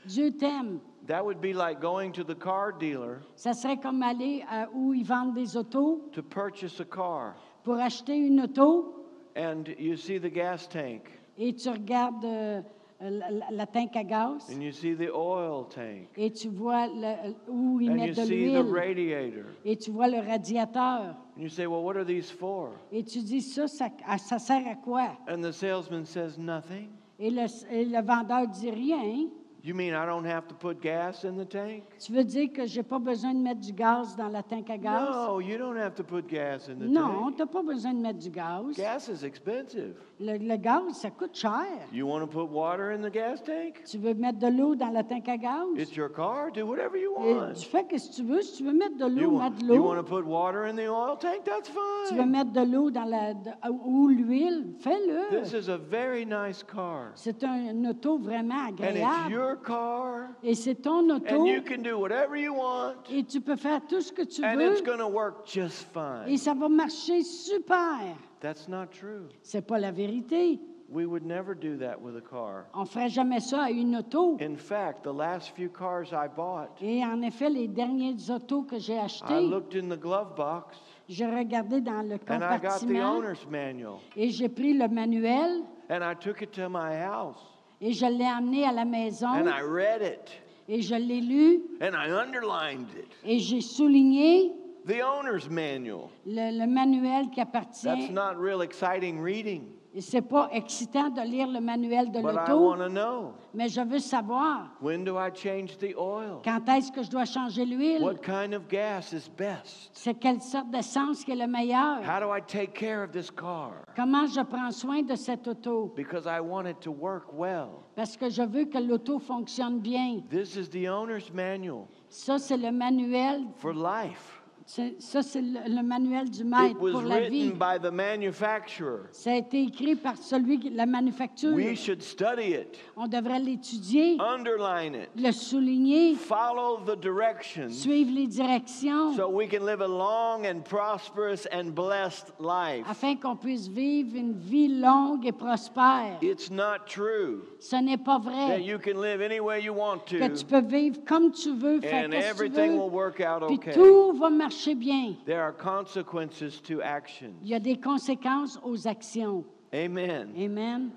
[SPEAKER 2] Dieu t'aime.
[SPEAKER 1] That would be like going to the car dealer
[SPEAKER 2] Ça serait comme aller à où ils vendent des autos
[SPEAKER 1] to purchase a car
[SPEAKER 2] pour acheter une auto
[SPEAKER 1] and you see the gas tank
[SPEAKER 2] et tu regardes euh, la, la- la tank à gaz.
[SPEAKER 1] and you see the oil tank
[SPEAKER 2] Et tu vois le- euh, où ils
[SPEAKER 1] and you
[SPEAKER 2] mettent de
[SPEAKER 1] see the
[SPEAKER 2] l'huile.
[SPEAKER 1] radiator.
[SPEAKER 2] Et tu vois le radiateur.
[SPEAKER 1] And you say, "Well, what are these for?"
[SPEAKER 2] Et tu dis, ça, ça, à- ça sert à quoi?
[SPEAKER 1] And the salesman says, "Nothing."
[SPEAKER 2] Et le, et le vendeur dit rien.
[SPEAKER 1] You mean I don't have to put gas in the tank?
[SPEAKER 2] Tu veux dire que j'ai pas besoin de mettre du gaz dans la tank à gaz?
[SPEAKER 1] No, you don't have to put gas in the
[SPEAKER 2] Non,
[SPEAKER 1] tank.
[SPEAKER 2] tu n'as pas besoin de mettre du gaz.
[SPEAKER 1] Gas is expensive.
[SPEAKER 2] Le, le gaz, ça coûte cher.
[SPEAKER 1] You want to put water in the gas tank?
[SPEAKER 2] Tu veux mettre de l'eau dans la tank à gaz?
[SPEAKER 1] It's your car. Do whatever you
[SPEAKER 2] Et tu
[SPEAKER 1] want.
[SPEAKER 2] fais ce que tu veux. Si tu veux mettre de
[SPEAKER 1] euh, You
[SPEAKER 2] l'eau, mets
[SPEAKER 1] want,
[SPEAKER 2] de
[SPEAKER 1] you want to
[SPEAKER 2] l'eau.
[SPEAKER 1] put water in the oil tank? That's
[SPEAKER 2] Tu veux
[SPEAKER 1] fine.
[SPEAKER 2] mettre de l'eau dans la de- ou l'huile,
[SPEAKER 1] This
[SPEAKER 2] fais-le.
[SPEAKER 1] is a very nice car.
[SPEAKER 2] C'est un une auto vraiment
[SPEAKER 1] And it's
[SPEAKER 2] agréable.
[SPEAKER 1] your car.
[SPEAKER 2] Et c'est ton auto.
[SPEAKER 1] And you can do whatever you want.
[SPEAKER 2] Et tu peux faire tout ce que tu
[SPEAKER 1] And it's
[SPEAKER 2] veux.
[SPEAKER 1] going to work just
[SPEAKER 2] Et
[SPEAKER 1] fine.
[SPEAKER 2] ça va marcher super.
[SPEAKER 1] That's not true.
[SPEAKER 2] C'est pas la vérité.
[SPEAKER 1] We would never do that with a car.
[SPEAKER 2] On ferait jamais ça à une auto.
[SPEAKER 1] In fact, the last few cars I bought,
[SPEAKER 2] Et en effet, les derniers autos que j'ai
[SPEAKER 1] I
[SPEAKER 2] achetées,
[SPEAKER 1] looked in the glove box
[SPEAKER 2] j'ai regardé dans le
[SPEAKER 1] and I got the
[SPEAKER 2] compartiment
[SPEAKER 1] owner's manual
[SPEAKER 2] et j'ai pris le manuel
[SPEAKER 1] and I took it to my house
[SPEAKER 2] et je l'ai amené à la maison
[SPEAKER 1] and I read it
[SPEAKER 2] Et je l'ai lu
[SPEAKER 1] and I underlined it.
[SPEAKER 2] et j'ai souligné
[SPEAKER 1] The owner's manual.
[SPEAKER 2] le, le manuel qui
[SPEAKER 1] That's
[SPEAKER 2] appartient.
[SPEAKER 1] not real exciting reading,
[SPEAKER 2] Et c'est pas excitant de lire le manuel de
[SPEAKER 1] but I
[SPEAKER 2] l'auto,
[SPEAKER 1] want to know
[SPEAKER 2] mais je veux savoir
[SPEAKER 1] when do I change the oil?
[SPEAKER 2] quand est-ce que je dois changer l'huile.
[SPEAKER 1] What kind of gas is best?
[SPEAKER 2] C'est quelle sorte d'essence qui est le meilleur.
[SPEAKER 1] How do I take care of this car?
[SPEAKER 2] Comment je prends soin de cette auto?
[SPEAKER 1] Because I want it to work well.
[SPEAKER 2] Parce que je veux que l'auto fonctionne bien.
[SPEAKER 1] This is the owner's manual
[SPEAKER 2] Ça, c'est le manuel.
[SPEAKER 1] for life.
[SPEAKER 2] c'est- Ça, c'est le, le manuel du
[SPEAKER 1] It
[SPEAKER 2] maître
[SPEAKER 1] was
[SPEAKER 2] pour la vie.
[SPEAKER 1] written by the manufacturer.
[SPEAKER 2] Ça a été écrit par celui qui la manufacture.
[SPEAKER 1] We should study it,
[SPEAKER 2] On devrait l'étudier,
[SPEAKER 1] underline it,
[SPEAKER 2] le souligner,
[SPEAKER 1] follow the directions
[SPEAKER 2] suivre les directions
[SPEAKER 1] so we can live a long and prosperous and blessed life.
[SPEAKER 2] afin qu'on puisse vivre une vie longue et prospère.
[SPEAKER 1] It's not true
[SPEAKER 2] Ce n'est pas
[SPEAKER 1] that
[SPEAKER 2] vrai
[SPEAKER 1] you can live any way you want
[SPEAKER 2] que tu
[SPEAKER 1] to
[SPEAKER 2] peux vivre comme tu veux, faire
[SPEAKER 1] and
[SPEAKER 2] ce que tu
[SPEAKER 1] everything will
[SPEAKER 2] veux,
[SPEAKER 1] work out
[SPEAKER 2] puis
[SPEAKER 1] okay.
[SPEAKER 2] tout va marcher bien.
[SPEAKER 1] There are consequences to actions.
[SPEAKER 2] Il y a des conséquences aux actions.
[SPEAKER 1] Amen.
[SPEAKER 2] Amen.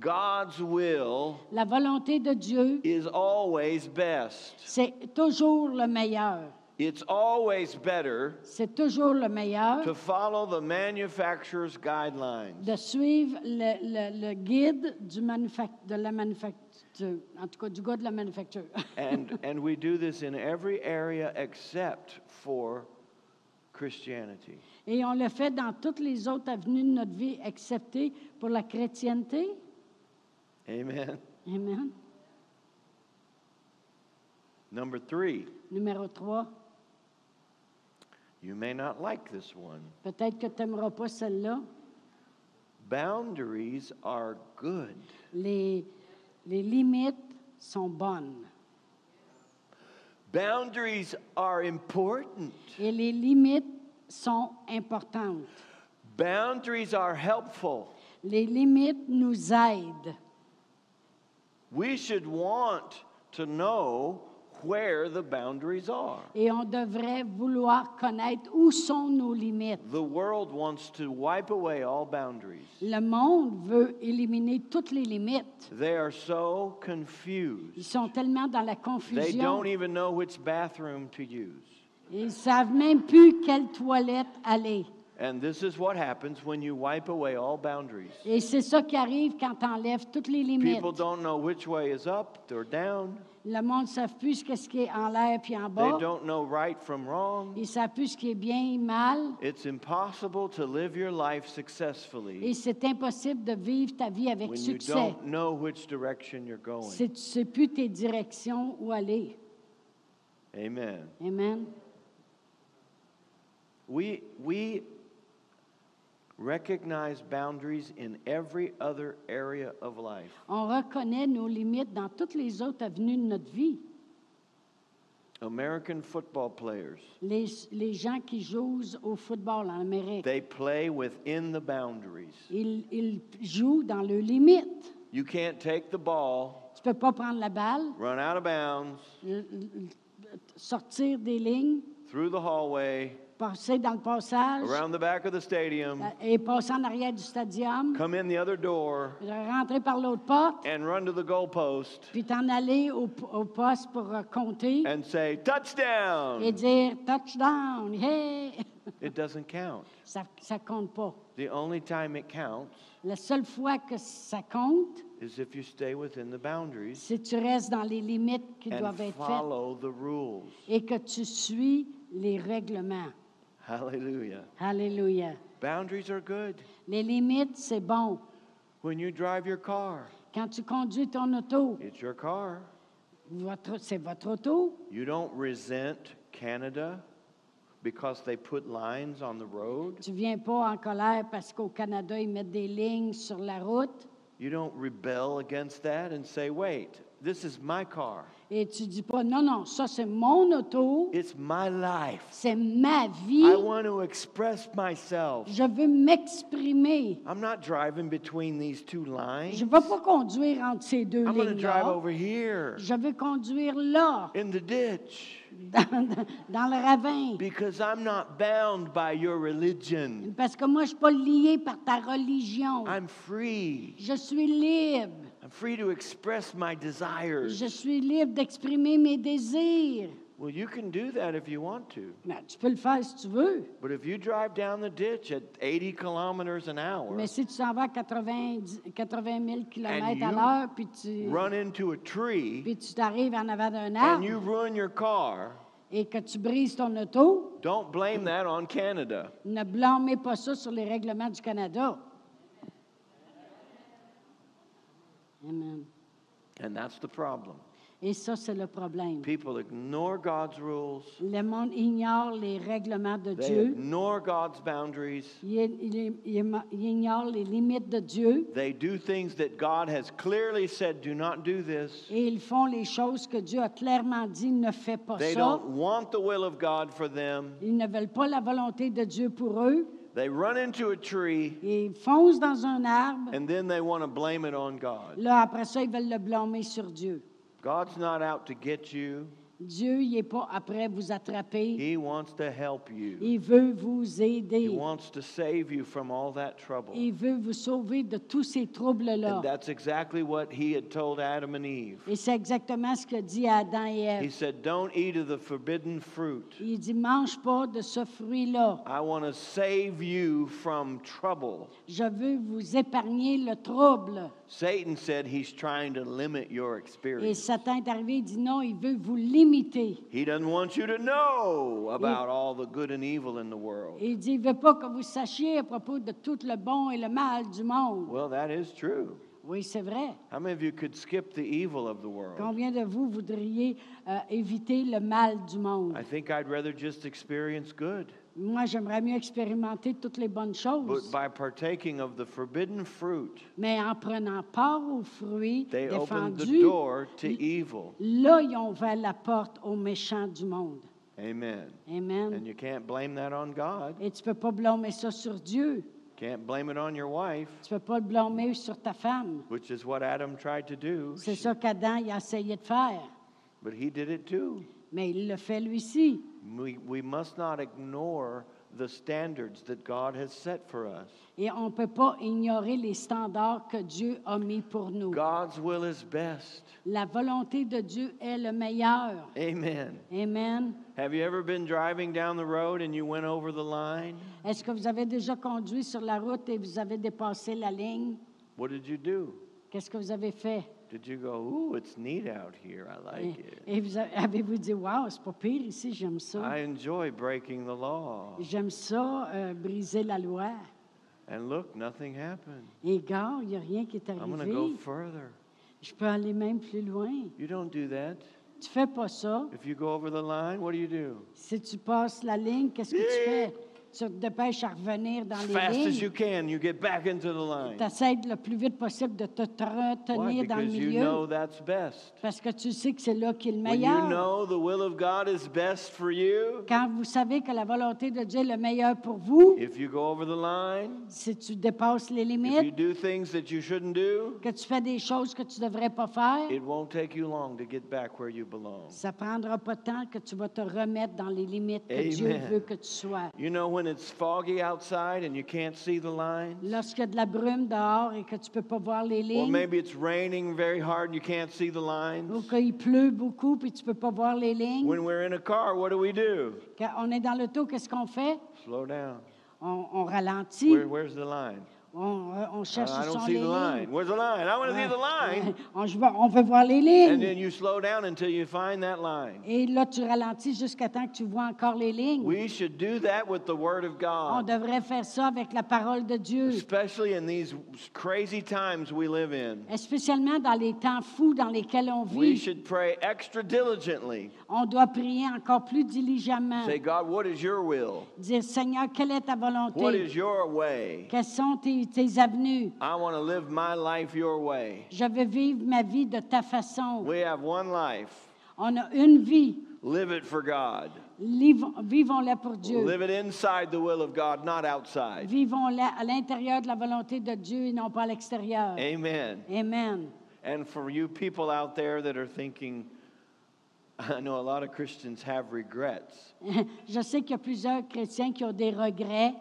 [SPEAKER 1] God's will
[SPEAKER 2] La volonté de Dieu,
[SPEAKER 1] is always best.
[SPEAKER 2] c'est toujours le meilleur.
[SPEAKER 1] It's always better
[SPEAKER 2] C'est toujours le meilleur.
[SPEAKER 1] to follow the manufacturer's guidelines.
[SPEAKER 2] de suivre le, le- le guide du manufac- de la manufacture, en tout cas du gars de la manufacture. <laughs>
[SPEAKER 1] And, and we do this in every area except for Christianity.
[SPEAKER 2] Et on le fait dans toutes les autres avenues de notre vie, excepté pour la chrétienté.
[SPEAKER 1] Amen.
[SPEAKER 2] Amen.
[SPEAKER 1] Number three,
[SPEAKER 2] Numéro 3.
[SPEAKER 1] you may not like this one.
[SPEAKER 2] Peut-être que tu n'aimeras pas celle-là.
[SPEAKER 1] Boundaries are good.
[SPEAKER 2] Les, les limites sont bonnes.
[SPEAKER 1] Boundaries are important.
[SPEAKER 2] Et les limites sont importantes.
[SPEAKER 1] Boundaries are helpful.
[SPEAKER 2] Les limites nous aident.
[SPEAKER 1] We should want to know where the boundaries are.
[SPEAKER 2] Et on devrait vouloir connaître où sont nos limites.
[SPEAKER 1] The world wants to wipe away all boundaries.
[SPEAKER 2] Le monde veut éliminer toutes les limites.
[SPEAKER 1] They are so
[SPEAKER 2] Ils
[SPEAKER 1] confused.
[SPEAKER 2] sont tellement dans la
[SPEAKER 1] They
[SPEAKER 2] confusion.
[SPEAKER 1] don't even know which bathroom to use.
[SPEAKER 2] Ils savent même plus quelle toilette aller.
[SPEAKER 1] And this is what happens when you wipe away all boundaries.
[SPEAKER 2] Et c'est ça qui arrive quand on enlève toutes les limites.
[SPEAKER 1] People don't know which way is up or down.
[SPEAKER 2] Le monde ne savent plus ce qu'est-ce qui est en l'air puis en
[SPEAKER 1] They
[SPEAKER 2] bas.
[SPEAKER 1] don't know right from wrong.
[SPEAKER 2] Ils ne savent plus ce qui est bien et mal.
[SPEAKER 1] It's impossible to live your life
[SPEAKER 2] Et
[SPEAKER 1] successfully
[SPEAKER 2] c'est impossible de vivre ta vie avec
[SPEAKER 1] when you
[SPEAKER 2] succès
[SPEAKER 1] don't know which direction you're going.
[SPEAKER 2] si tu ne sais plus tes directions où aller.
[SPEAKER 1] Amen.
[SPEAKER 2] Amen.
[SPEAKER 1] We, we recognize boundaries in every other area of life.
[SPEAKER 2] On reconnaît nos limites dans toutes les autres avenues de notre vie.
[SPEAKER 1] American football players,
[SPEAKER 2] Les, les gens qui jouent au football en Amérique,
[SPEAKER 1] they play within the boundaries.
[SPEAKER 2] Ils, ils jouent dans leurs limites.
[SPEAKER 1] You can't take the ball,
[SPEAKER 2] Tu peux pas prendre la balle,
[SPEAKER 1] run out of bounds,
[SPEAKER 2] l- l- sortir des lignes,
[SPEAKER 1] through the hallway,
[SPEAKER 2] passer dans le passage
[SPEAKER 1] around the back of the stadium,
[SPEAKER 2] euh, et passer en arrière du stadium,
[SPEAKER 1] come in the other door,
[SPEAKER 2] rentrer par l'autre porte,
[SPEAKER 1] and run to the goalpost
[SPEAKER 2] puis t'en aller au, au poste pour euh, compter
[SPEAKER 1] and say,
[SPEAKER 2] et
[SPEAKER 1] touchdown!
[SPEAKER 2] dire touchdown, hey!
[SPEAKER 1] It doesn't count.
[SPEAKER 2] Ça, ça compte pas.
[SPEAKER 1] The only time it counts
[SPEAKER 2] La seule fois que ça compte,
[SPEAKER 1] is if you stay within the boundaries
[SPEAKER 2] c'est que tu restes dans les limites qui doivent
[SPEAKER 1] and
[SPEAKER 2] être faites
[SPEAKER 1] follow the rules.
[SPEAKER 2] et que tu suis les règlements.
[SPEAKER 1] Hallelujah.
[SPEAKER 2] Alléluia.
[SPEAKER 1] Boundaries are good.
[SPEAKER 2] Les limites, c'est bon.
[SPEAKER 1] When you drive your car,
[SPEAKER 2] Quand tu conduis ton auto,
[SPEAKER 1] it's your car.
[SPEAKER 2] votre- c'est votre auto.
[SPEAKER 1] You don't resent Canada because they put lines on the road.
[SPEAKER 2] Tu viens pas en colère parce qu'au Canada, ils mettent des lignes sur la route.
[SPEAKER 1] You don't rebel against that and say, wait, this is my car.
[SPEAKER 2] Et tu dis pas, non, non, ça, c'est mon auto.
[SPEAKER 1] It's my life.
[SPEAKER 2] C'est ma vie.
[SPEAKER 1] I want to express myself.
[SPEAKER 2] Je veux m'exprimer.
[SPEAKER 1] I'm not driving between these two lines.
[SPEAKER 2] Je ne vais pas conduire entre ces deux
[SPEAKER 1] I'm going to drive
[SPEAKER 2] lignes-là.
[SPEAKER 1] over here
[SPEAKER 2] Je veux conduire là,
[SPEAKER 1] in the ditch
[SPEAKER 2] dans, dans le ravin.
[SPEAKER 1] because I'm not bound by your religion.
[SPEAKER 2] Parce que moi, je ne suis pas lié par ta religion.
[SPEAKER 1] I'm free.
[SPEAKER 2] Je suis libre.
[SPEAKER 1] I'm
[SPEAKER 3] free to express my desires.
[SPEAKER 2] Je suis libre d'exprimer mes désirs.
[SPEAKER 1] Well, you can do that if you want to.
[SPEAKER 2] Mais tu peux le faire si tu veux.
[SPEAKER 1] But if you drive down the ditch at 80 kilometers an hour,
[SPEAKER 2] Mais si tu s'en vas à 90 80 000 km à
[SPEAKER 1] you
[SPEAKER 2] l'heure, puis tu
[SPEAKER 1] run into a tree,
[SPEAKER 2] puis tu t'arrives en avant d'un
[SPEAKER 1] and
[SPEAKER 2] arbre
[SPEAKER 1] you ruin your car,
[SPEAKER 2] et que tu brises ton auto,
[SPEAKER 1] don't blame that on Canada.
[SPEAKER 2] ne blâmez pas ça sur les règlements du Canada. Amen.
[SPEAKER 1] And that's the problem.
[SPEAKER 2] Et ça, c'est le problème.
[SPEAKER 1] People ignore God's rules,
[SPEAKER 2] Le monde ignore les règlements de
[SPEAKER 1] they
[SPEAKER 2] Dieu.
[SPEAKER 1] ignore God's boundaries,
[SPEAKER 2] Il, il- il- il ignore les limites de Dieu.
[SPEAKER 1] they do things that God has clearly said, do not do this.
[SPEAKER 2] Et ils font les choses que Dieu a clairement dit ne fais pas
[SPEAKER 1] They
[SPEAKER 2] ça.
[SPEAKER 1] don't want the will of God for them.
[SPEAKER 2] Ils ne veulent pas la volonté de Dieu pour eux.
[SPEAKER 1] They run into a tree
[SPEAKER 2] Ils foncent dans un arbre.
[SPEAKER 1] and then they want to blame it on God.
[SPEAKER 2] Là, après ça, ils veulent le blâmer sur Dieu.
[SPEAKER 1] God's not out to get you,
[SPEAKER 2] Dieu, il n'est pas après vous attraper.
[SPEAKER 1] He wants to help you.
[SPEAKER 2] Il veut vous
[SPEAKER 1] He
[SPEAKER 2] aider.
[SPEAKER 1] wants to save you from all that trouble.
[SPEAKER 2] Il veut vous sauver de tous ces troubles-là.
[SPEAKER 1] And that's exactly what he had told Adam and Eve.
[SPEAKER 2] Et c'est exactement ce que dit Adam et
[SPEAKER 1] He
[SPEAKER 2] Ève.
[SPEAKER 1] said, Don't eat of the forbidden fruit.
[SPEAKER 2] Il dit, mange pas de ce fruit-là.
[SPEAKER 1] I want to save you from trouble.
[SPEAKER 2] Je veux vous épargner le trouble.
[SPEAKER 1] Satan said he's trying to limit your
[SPEAKER 2] Et
[SPEAKER 1] experience.
[SPEAKER 2] Satan est arrivé, il dit non, il veut vous limiter.
[SPEAKER 1] He doesn't want you to know about all the good and evil in the world.
[SPEAKER 2] Et il dit, il veut pas que vous sachiez à propos de tout le bon et le mal du monde.
[SPEAKER 1] Well, that is true.
[SPEAKER 2] Oui, c'est vrai.
[SPEAKER 1] How many of you could skip the evil of the world?
[SPEAKER 2] Combien de vous voudriez euh, éviter le mal du monde?
[SPEAKER 1] I think I'd rather just experience good.
[SPEAKER 2] Moi, j'aimerais mieux expérimenter toutes les bonnes
[SPEAKER 1] But
[SPEAKER 2] choses.
[SPEAKER 1] by partaking of the forbidden fruit,
[SPEAKER 2] Mais en prenant part aux fruits
[SPEAKER 1] they opened the
[SPEAKER 2] défendus,
[SPEAKER 1] door to evil.
[SPEAKER 2] là, ils ont ouvert la porte aux méchants du monde.
[SPEAKER 1] Amen. And
[SPEAKER 2] Amen.
[SPEAKER 1] you can't blame that on God.
[SPEAKER 2] Et tu peux pas blâmer ça sur Dieu.
[SPEAKER 1] Can't blame it on your wife,
[SPEAKER 2] Tu peux pas le blâmer sur ta femme.
[SPEAKER 1] which is what Adam tried to do.
[SPEAKER 2] C'est ça qu'Adam il a essayé de faire.
[SPEAKER 1] But he did it too.
[SPEAKER 2] Mais il le fait lui aussi.
[SPEAKER 1] We, we must not ignore the standards that God has set for us.
[SPEAKER 2] Et on ne peut pas ignorer les standards que Dieu a mis pour nous.
[SPEAKER 1] God's will is best.
[SPEAKER 2] La volonté de Dieu est le meilleur.
[SPEAKER 1] Amen.
[SPEAKER 2] Amen.
[SPEAKER 1] Have you ever been driving down the road and you went over the line?
[SPEAKER 2] Est-ce que vous avez déjà conduit sur la route et vous avez dépassé la ligne?
[SPEAKER 1] What did you do?
[SPEAKER 2] Qu'est-ce que vous avez fait?
[SPEAKER 1] Did you go, ooh, it's neat out here. I
[SPEAKER 2] Et,
[SPEAKER 1] like it.
[SPEAKER 2] et vous a- <laughs> avez-vous dit, wow, c'est pas pire ici, j'aime ça.
[SPEAKER 1] I enjoy breaking the law.
[SPEAKER 2] J'aime ça, euh, briser la loi.
[SPEAKER 1] And look, nothing happened.
[SPEAKER 2] Et gars, il n'y a rien qui est
[SPEAKER 1] I'm going to go
[SPEAKER 2] arrivé.
[SPEAKER 1] further.
[SPEAKER 2] Je peux aller même plus loin.
[SPEAKER 1] You don't do that.
[SPEAKER 2] Tu fais pas ça.
[SPEAKER 1] If you go over the line, what do you do?
[SPEAKER 2] Si tu passes la ligne, qu'est-ce que tu fais? Tu te dépêches à revenir dans
[SPEAKER 1] As
[SPEAKER 2] les
[SPEAKER 1] fast as
[SPEAKER 2] lignes.
[SPEAKER 1] you can, you get back into the line.
[SPEAKER 2] Tu essaies le plus vite possible de te te
[SPEAKER 1] Why?
[SPEAKER 2] retenir dans le
[SPEAKER 1] Because you know
[SPEAKER 2] milieu
[SPEAKER 1] that's best.
[SPEAKER 2] parce que tu sais que c'est là qu'il est le
[SPEAKER 1] When you
[SPEAKER 2] meilleur.
[SPEAKER 1] know the will of God is best for you,
[SPEAKER 2] Quand vous savez que la volonté de Dieu est le meilleur pour vous,
[SPEAKER 1] if you go over the line,
[SPEAKER 2] si tu dépasses les
[SPEAKER 1] if you
[SPEAKER 2] limites,
[SPEAKER 1] do things that you shouldn't do,
[SPEAKER 2] que tu fais des choses que tu ne devrais pas faire,
[SPEAKER 1] it won't take you long to get back where you belong.
[SPEAKER 2] ça prendra pas de temps que tu vas te remettre dans les limites que Dieu
[SPEAKER 1] Amen.
[SPEAKER 2] veut que tu sois.
[SPEAKER 1] You know when it's foggy outside and you can't see the line?
[SPEAKER 2] Lorsqu'il y a de la brume dehors et que tu ne peux pas voir les
[SPEAKER 1] Or
[SPEAKER 2] lignes,
[SPEAKER 1] maybe it's raining very hard and you can't see the
[SPEAKER 2] ou
[SPEAKER 1] lines?
[SPEAKER 2] qu'il pleut beaucoup et tu ne peux pas voir les lignes,
[SPEAKER 1] When we're in a car, what do we do?
[SPEAKER 2] quand on est dans l'auto, qu'est-ce qu'on fait?
[SPEAKER 1] Slow down.
[SPEAKER 2] On, on ralentit,
[SPEAKER 1] Where, where's the line?
[SPEAKER 2] on, euh, on
[SPEAKER 1] I,
[SPEAKER 2] cherche
[SPEAKER 1] I
[SPEAKER 2] où sont
[SPEAKER 1] don't see
[SPEAKER 2] les
[SPEAKER 1] the
[SPEAKER 2] lignes.
[SPEAKER 1] line. Where's the line? I want to see the line.
[SPEAKER 2] On, je veux- on veut voir les
[SPEAKER 1] And
[SPEAKER 2] lignes.
[SPEAKER 1] then you slow down until you find that line.
[SPEAKER 2] Et là, tu ralentis jusqu'à temps que tu vois encore les lignes.
[SPEAKER 1] We should do that with the Word of
[SPEAKER 2] On
[SPEAKER 1] God,
[SPEAKER 2] devrait faire ça avec la parole de Dieu,
[SPEAKER 1] especially in these crazy times we live in.
[SPEAKER 2] et spécialement dans les temps fous dans lesquels on
[SPEAKER 1] We
[SPEAKER 2] vit.
[SPEAKER 1] should pray extra diligently.
[SPEAKER 2] On doit prier encore plus diligemment.
[SPEAKER 1] Say, God, what is your will?
[SPEAKER 2] Dire, Seigneur, quelle est ta
[SPEAKER 1] What
[SPEAKER 2] volonté?
[SPEAKER 1] is your way?
[SPEAKER 2] Quelles sont tes, tes avenues?
[SPEAKER 1] I want to live my life your way.
[SPEAKER 2] Je veux vivre ma vie de ta façon.
[SPEAKER 1] We have one life.
[SPEAKER 2] On a une vie.
[SPEAKER 1] Live it for God.
[SPEAKER 2] Livons- Vivons-la pour Dieu.
[SPEAKER 1] Live it inside the will of God, not outside.
[SPEAKER 2] Vivons-la à l'intérieur de la volonté de Dieu et non pas à l'extérieur.
[SPEAKER 1] Amen.
[SPEAKER 2] Amen. <laughs>
[SPEAKER 1] And for you people out there that are thinking, <laughs> I know a lot of Christians have regrets.
[SPEAKER 2] Je sais qu'il y a plusieurs chrétiens qui ont des regrets.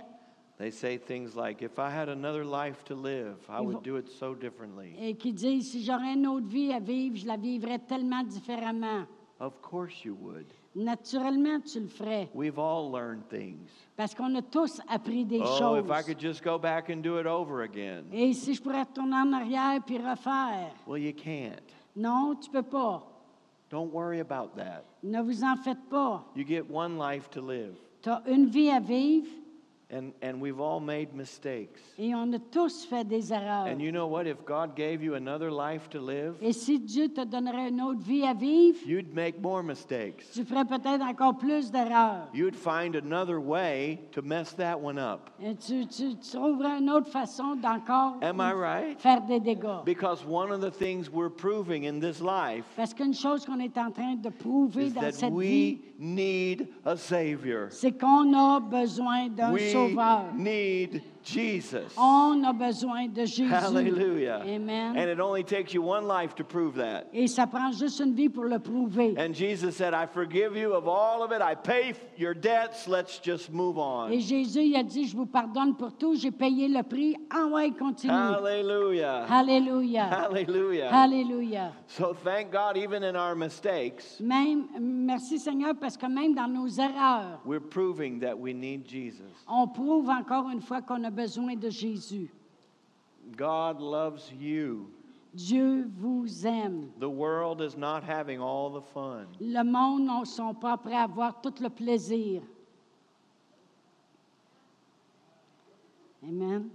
[SPEAKER 1] They say things like, if I had another life to live, I
[SPEAKER 2] Ils
[SPEAKER 1] would
[SPEAKER 2] vont-
[SPEAKER 1] do it so differently.
[SPEAKER 2] et qui disent, si j'aurais une autre vie à vivre, je la vivrais tellement différemment.
[SPEAKER 1] Of course you would.
[SPEAKER 2] Naturellement, tu le ferais,
[SPEAKER 1] We've all learned things.
[SPEAKER 2] parce qu'on a tous appris des
[SPEAKER 1] Oh,
[SPEAKER 2] choses.
[SPEAKER 1] if I could just go back and do it over again.
[SPEAKER 2] Et si je pourrais retourner en arrière puis refaire,
[SPEAKER 1] Well, you can't.
[SPEAKER 2] non, tu peux pas.
[SPEAKER 1] Don't worry about that.
[SPEAKER 2] Ne vous en faites pas.
[SPEAKER 1] You get one life to live.
[SPEAKER 2] Tu as une vie à vivre
[SPEAKER 1] And, and we've all made mistakes.
[SPEAKER 2] et on a tous fait des erreurs.
[SPEAKER 1] And you know what? If God gave you another life to live,
[SPEAKER 2] Et si Dieu te donnerait une autre vie à vivre,
[SPEAKER 1] you'd make more mistakes.
[SPEAKER 2] tu ferais peut-être encore plus d'erreurs.
[SPEAKER 1] You'd find another way to mess that one up.
[SPEAKER 2] Et Tu, tu- tu trouverais une autre façon d'encore
[SPEAKER 1] Am I right?
[SPEAKER 2] faire des dégâts.
[SPEAKER 1] Because one of the things we're proving in this life
[SPEAKER 2] Parce qu'une chose qu'on est en train de prouver
[SPEAKER 1] is
[SPEAKER 2] dans
[SPEAKER 1] that
[SPEAKER 2] cette
[SPEAKER 1] we
[SPEAKER 2] vie,
[SPEAKER 1] need a Savior.
[SPEAKER 2] c'est qu'on a besoin d'un
[SPEAKER 1] We
[SPEAKER 2] sauveur.
[SPEAKER 1] need Jesus.
[SPEAKER 2] On a besoin de Jésus.
[SPEAKER 1] Hallelujah.
[SPEAKER 2] Amen.
[SPEAKER 1] And it only takes you one life to prove that.
[SPEAKER 2] Et ça prend juste une vie pour le prouver.
[SPEAKER 1] And Jesus said, I forgive you of all of it. I pay f- your debts. Let's just move
[SPEAKER 2] Et
[SPEAKER 1] on.
[SPEAKER 2] Jésus, il a dit, je vous pardonne pour tout, j'ai payé le prix. Ah ouais, Ah continue.
[SPEAKER 1] Hallelujah.
[SPEAKER 2] Alléluia.
[SPEAKER 1] Hallelujah.
[SPEAKER 2] Alléluia.
[SPEAKER 1] So thank God, even in our mistakes,
[SPEAKER 2] Même, merci Seigneur, parce que même dans nos erreurs,
[SPEAKER 1] we're proving that we need Jesus.
[SPEAKER 2] on prouve encore une fois qu'on a besoin de Jésus.
[SPEAKER 1] God loves you.
[SPEAKER 2] Dieu vous aime.
[SPEAKER 1] The world is not having all the fun.
[SPEAKER 2] Le monde ne sont pas prêts à avoir tout le plaisir. Amen.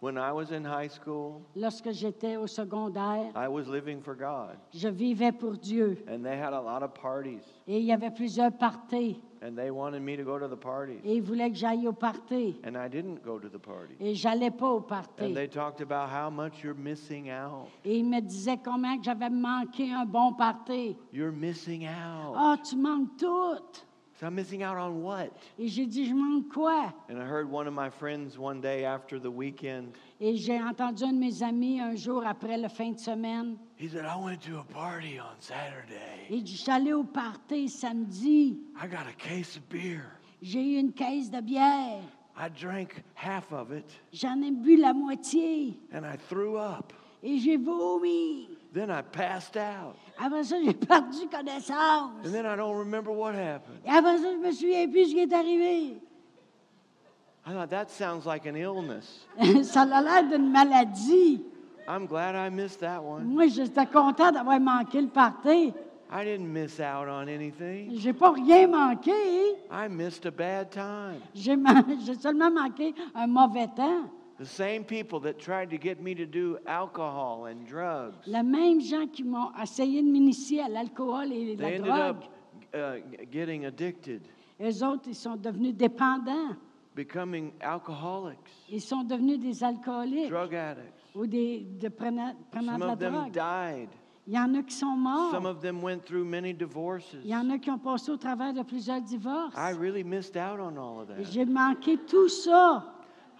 [SPEAKER 1] When I was in high school,
[SPEAKER 2] Lorsque j'étais au secondaire,
[SPEAKER 1] I was living for God,
[SPEAKER 2] je vivais pour Dieu.
[SPEAKER 1] and they had a lot of parties,
[SPEAKER 2] Et il y avait plusieurs parties.
[SPEAKER 1] and they wanted me to go to the parties,
[SPEAKER 2] Et ils voulaient que j'aille au party.
[SPEAKER 1] and I didn't go to the parties.
[SPEAKER 2] Et j'allais pas au
[SPEAKER 1] And
[SPEAKER 2] party.
[SPEAKER 1] they talked about how much you're missing out.
[SPEAKER 2] Et ils me disaient comment que j'avais manqué un bon party.
[SPEAKER 1] You're missing out.
[SPEAKER 2] Ah, tu manques tout.
[SPEAKER 1] So I'm missing out on what?
[SPEAKER 2] Et j'ai dit, je manque quoi?
[SPEAKER 1] And I heard one of my friends one day after the weekend,
[SPEAKER 2] Et j'ai entendu un de mes amis un jour après la fin de semaine.
[SPEAKER 1] he said, I went to a party on Saturday.
[SPEAKER 2] Il dit, j'allais au party samedi.
[SPEAKER 1] I got a case of beer.
[SPEAKER 2] J'ai eu une caisse de bière.
[SPEAKER 1] I drank half of it
[SPEAKER 2] J'en ai bu la moitié.
[SPEAKER 1] and I threw up.
[SPEAKER 2] Et j'ai vomi.
[SPEAKER 1] Then I passed out.
[SPEAKER 2] Après ça, j'ai <laughs> perdu connaissance.
[SPEAKER 1] And then I don't remember what happened.
[SPEAKER 2] Et après ça, je me souviens plus ce qui est arrivé.
[SPEAKER 1] I thought, that sounds like an illness.
[SPEAKER 2] <laughs> ça a l'air d'une maladie.
[SPEAKER 1] I'm glad I missed that one.
[SPEAKER 2] Moi, j'étais content d'avoir manqué le party.
[SPEAKER 1] I didn't miss out on anything.
[SPEAKER 2] J'ai pas rien manqué. hein.
[SPEAKER 1] I missed a bad time.
[SPEAKER 2] J'ai man- <laughs> j'ai seulement manqué un mauvais temps.
[SPEAKER 1] The same people that tried to get me to do alcohol and drugs,
[SPEAKER 2] Les mêmes gens qui m'ont essayé de m'initier à l'alcool
[SPEAKER 1] they
[SPEAKER 2] et la
[SPEAKER 1] ended
[SPEAKER 2] drogue,
[SPEAKER 1] up uh, getting addicted,
[SPEAKER 2] eux autres, ils sont devenus dépendants.
[SPEAKER 1] becoming alcoholics,
[SPEAKER 2] Ils sont devenus des alcooliques
[SPEAKER 1] drug addicts.
[SPEAKER 2] ou des de prenant, prenant
[SPEAKER 1] Some
[SPEAKER 2] de la
[SPEAKER 1] of them
[SPEAKER 2] drogue.
[SPEAKER 1] died.
[SPEAKER 2] Il y en a qui sont
[SPEAKER 1] Some
[SPEAKER 2] morts.
[SPEAKER 1] of them went through many divorces.
[SPEAKER 2] Il y en a qui ont passé au travers de plusieurs divorces.
[SPEAKER 1] I really missed out on all of that.
[SPEAKER 2] J'ai manqué tout ça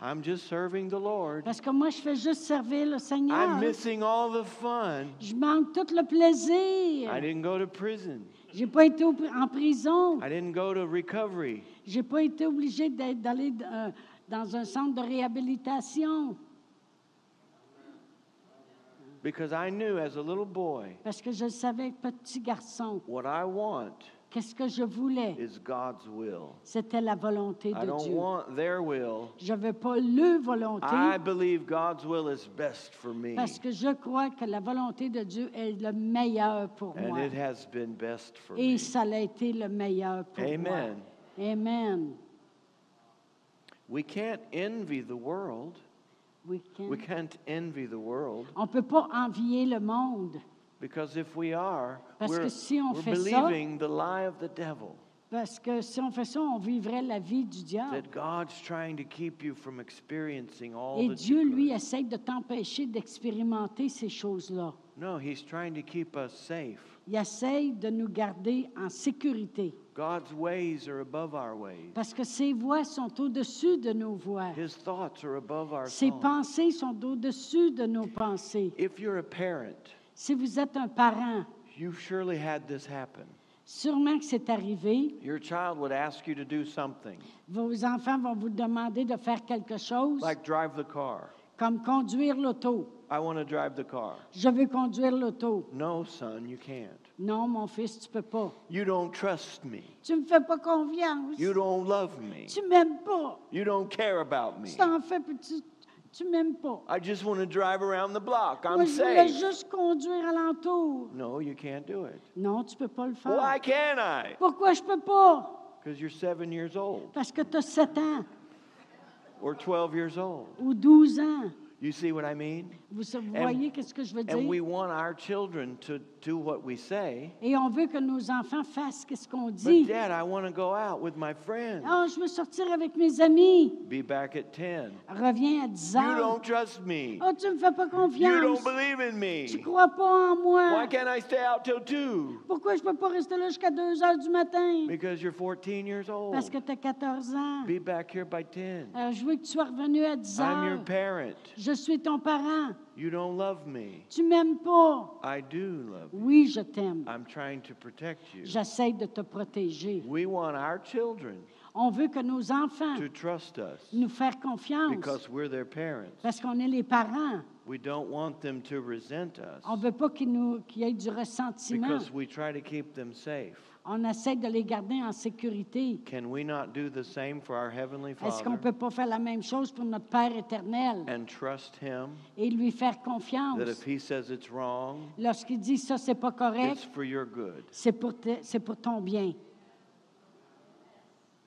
[SPEAKER 1] I'm just serving the Lord.
[SPEAKER 2] parce que moi, je fais juste servir le Seigneur.
[SPEAKER 1] I'm missing all the fun.
[SPEAKER 2] Je manque tout le
[SPEAKER 1] I
[SPEAKER 2] plaisir.
[SPEAKER 1] didn't go to prison.
[SPEAKER 2] J'ai pas été au- en prison.
[SPEAKER 1] I didn't go to recovery.
[SPEAKER 2] J'ai pas été obligée d'être- d'aller euh, dans un centre de réhabilitation
[SPEAKER 1] Because I knew as a little boy,
[SPEAKER 2] parce que je savais, petit garçon,
[SPEAKER 1] what I want
[SPEAKER 2] qu'est-ce que je voulais.
[SPEAKER 1] is God's will.
[SPEAKER 2] C'était la volonté
[SPEAKER 1] I
[SPEAKER 2] de
[SPEAKER 1] don't
[SPEAKER 2] Dieu.
[SPEAKER 1] want their will.
[SPEAKER 2] Je veux pas le volonté
[SPEAKER 1] I believe God's will is best for me.
[SPEAKER 2] parce que je crois que la volonté de Dieu est le meilleur pour
[SPEAKER 1] And
[SPEAKER 2] moi.
[SPEAKER 1] it has been best for
[SPEAKER 2] Et
[SPEAKER 1] me.
[SPEAKER 2] ça a été le meilleur pour
[SPEAKER 1] Amen.
[SPEAKER 2] moi. Amen.
[SPEAKER 1] We can't envy the world.
[SPEAKER 2] We can-
[SPEAKER 1] We can't envy the world
[SPEAKER 2] On peut pas envier le monde
[SPEAKER 1] because if we are,
[SPEAKER 2] Parce que
[SPEAKER 1] we're,
[SPEAKER 2] si on
[SPEAKER 1] we're
[SPEAKER 2] fait ça-
[SPEAKER 1] believing the lie of the devil
[SPEAKER 2] parce que si on fait ça, on vivrait la vie du diable.
[SPEAKER 1] that God's trying to keep you from experiencing all
[SPEAKER 2] Et
[SPEAKER 1] that
[SPEAKER 2] Dieu,
[SPEAKER 1] you could.
[SPEAKER 2] lui, essaie de t'empêcher d'expérimenter ces choses-là.
[SPEAKER 1] No, he's trying to keep us safe.
[SPEAKER 2] Il essaie de nous garder en sécurité
[SPEAKER 1] God's ways are above our ways.
[SPEAKER 2] parce que ses voix sont au-dessus de nos voix.
[SPEAKER 1] His thoughts are above our
[SPEAKER 2] Ses
[SPEAKER 1] thoughts.
[SPEAKER 2] pensées sont au-dessus de nos pensées.
[SPEAKER 1] If you're a parent,
[SPEAKER 2] Si vous êtes un parent,
[SPEAKER 1] you surely had this happen.
[SPEAKER 2] Sûrement que c'est arrivé.
[SPEAKER 1] Your child would ask you to do something,
[SPEAKER 2] Vos enfants vont vous demander de faire quelque chose,
[SPEAKER 1] like drive the car.
[SPEAKER 2] comme conduire l'auto.
[SPEAKER 1] I want to drive the car.
[SPEAKER 2] Je veux conduire l'auto.
[SPEAKER 1] No, son, you can't.
[SPEAKER 2] Non, mon fils, tu peux pas.
[SPEAKER 1] You don't trust me.
[SPEAKER 2] Tu me fais pas confiance.
[SPEAKER 1] You don't love me.
[SPEAKER 2] Tu m'aimes pas.
[SPEAKER 1] You don't care about me.
[SPEAKER 2] Tu t'en fais puis tu, tu m'aimes pas.
[SPEAKER 1] I just want to drive around the block.
[SPEAKER 2] Moi,
[SPEAKER 1] I'm
[SPEAKER 2] je voulais
[SPEAKER 1] safe.
[SPEAKER 2] juste conduire alentour.
[SPEAKER 1] No, you can't do it.
[SPEAKER 2] Non, tu peux pas le faire.
[SPEAKER 1] Why can't I?
[SPEAKER 2] Pourquoi je peux pas?
[SPEAKER 1] Because you're seven years old
[SPEAKER 2] Parce que tu as 7 ans
[SPEAKER 1] or 12 years old.
[SPEAKER 2] ou 12 ans.
[SPEAKER 1] You see what I mean?
[SPEAKER 2] Vous sa- vous voyez qu'est-ce que je veux dire?
[SPEAKER 1] And we want our children to do what we say.
[SPEAKER 2] Et on veut que nos enfants fassent ce qu'on
[SPEAKER 1] But,
[SPEAKER 2] dit.
[SPEAKER 1] Dad, I want to go out with my friends.
[SPEAKER 2] Ah, je veux sortir avec mes amis.
[SPEAKER 1] Be back at 10.
[SPEAKER 2] Reviens à 10
[SPEAKER 1] You
[SPEAKER 2] ans.
[SPEAKER 1] don't trust me.
[SPEAKER 2] Oh, tu me fais pas
[SPEAKER 1] You
[SPEAKER 2] confiance.
[SPEAKER 1] don't believe in
[SPEAKER 2] Tu
[SPEAKER 1] me.
[SPEAKER 2] crois pas en moi.
[SPEAKER 1] Why can't I stay out till 2?
[SPEAKER 2] Pourquoi je peux pas rester là jusqu'à 2 heures du matin?
[SPEAKER 1] Because you're 14 years
[SPEAKER 2] Parce
[SPEAKER 1] old.
[SPEAKER 2] que tu as 14 ans.
[SPEAKER 1] Be back here by 10.
[SPEAKER 2] Alors, je veux que tu sois revenu à 10
[SPEAKER 1] I'm your
[SPEAKER 2] heures.
[SPEAKER 1] parent.
[SPEAKER 2] Je suis ton parent.
[SPEAKER 1] You don't love me.
[SPEAKER 2] Tu m'aimes pas.
[SPEAKER 1] I do love you.
[SPEAKER 2] Oui, je t'aime.
[SPEAKER 1] I'm trying to protect you.
[SPEAKER 2] J'essaie de te protéger.
[SPEAKER 1] We want our children
[SPEAKER 2] On veut que nos enfants
[SPEAKER 1] to trust us
[SPEAKER 2] nous fassent confiance
[SPEAKER 1] because we're their parents.
[SPEAKER 2] parce qu'on est les parents.
[SPEAKER 1] We don't want them to resent us
[SPEAKER 2] On veut pas qu'il nous- qu'il y ait du ressentiment.
[SPEAKER 1] because we try to keep them safe.
[SPEAKER 2] On essaie de les garder en sécurité.
[SPEAKER 1] Can we not do the same for our Heavenly
[SPEAKER 2] Est-ce qu'on ne peut
[SPEAKER 1] Father
[SPEAKER 2] pas faire la même chose pour notre Père éternel
[SPEAKER 1] and trust Him
[SPEAKER 2] et lui faire
[SPEAKER 1] that if
[SPEAKER 2] confiance?
[SPEAKER 1] He says it's wrong,
[SPEAKER 2] Lorsqu'il dit ça, c'est pas
[SPEAKER 1] it's
[SPEAKER 2] correct,
[SPEAKER 1] for your good?
[SPEAKER 2] c'est pour, te- c'est pour ton bien.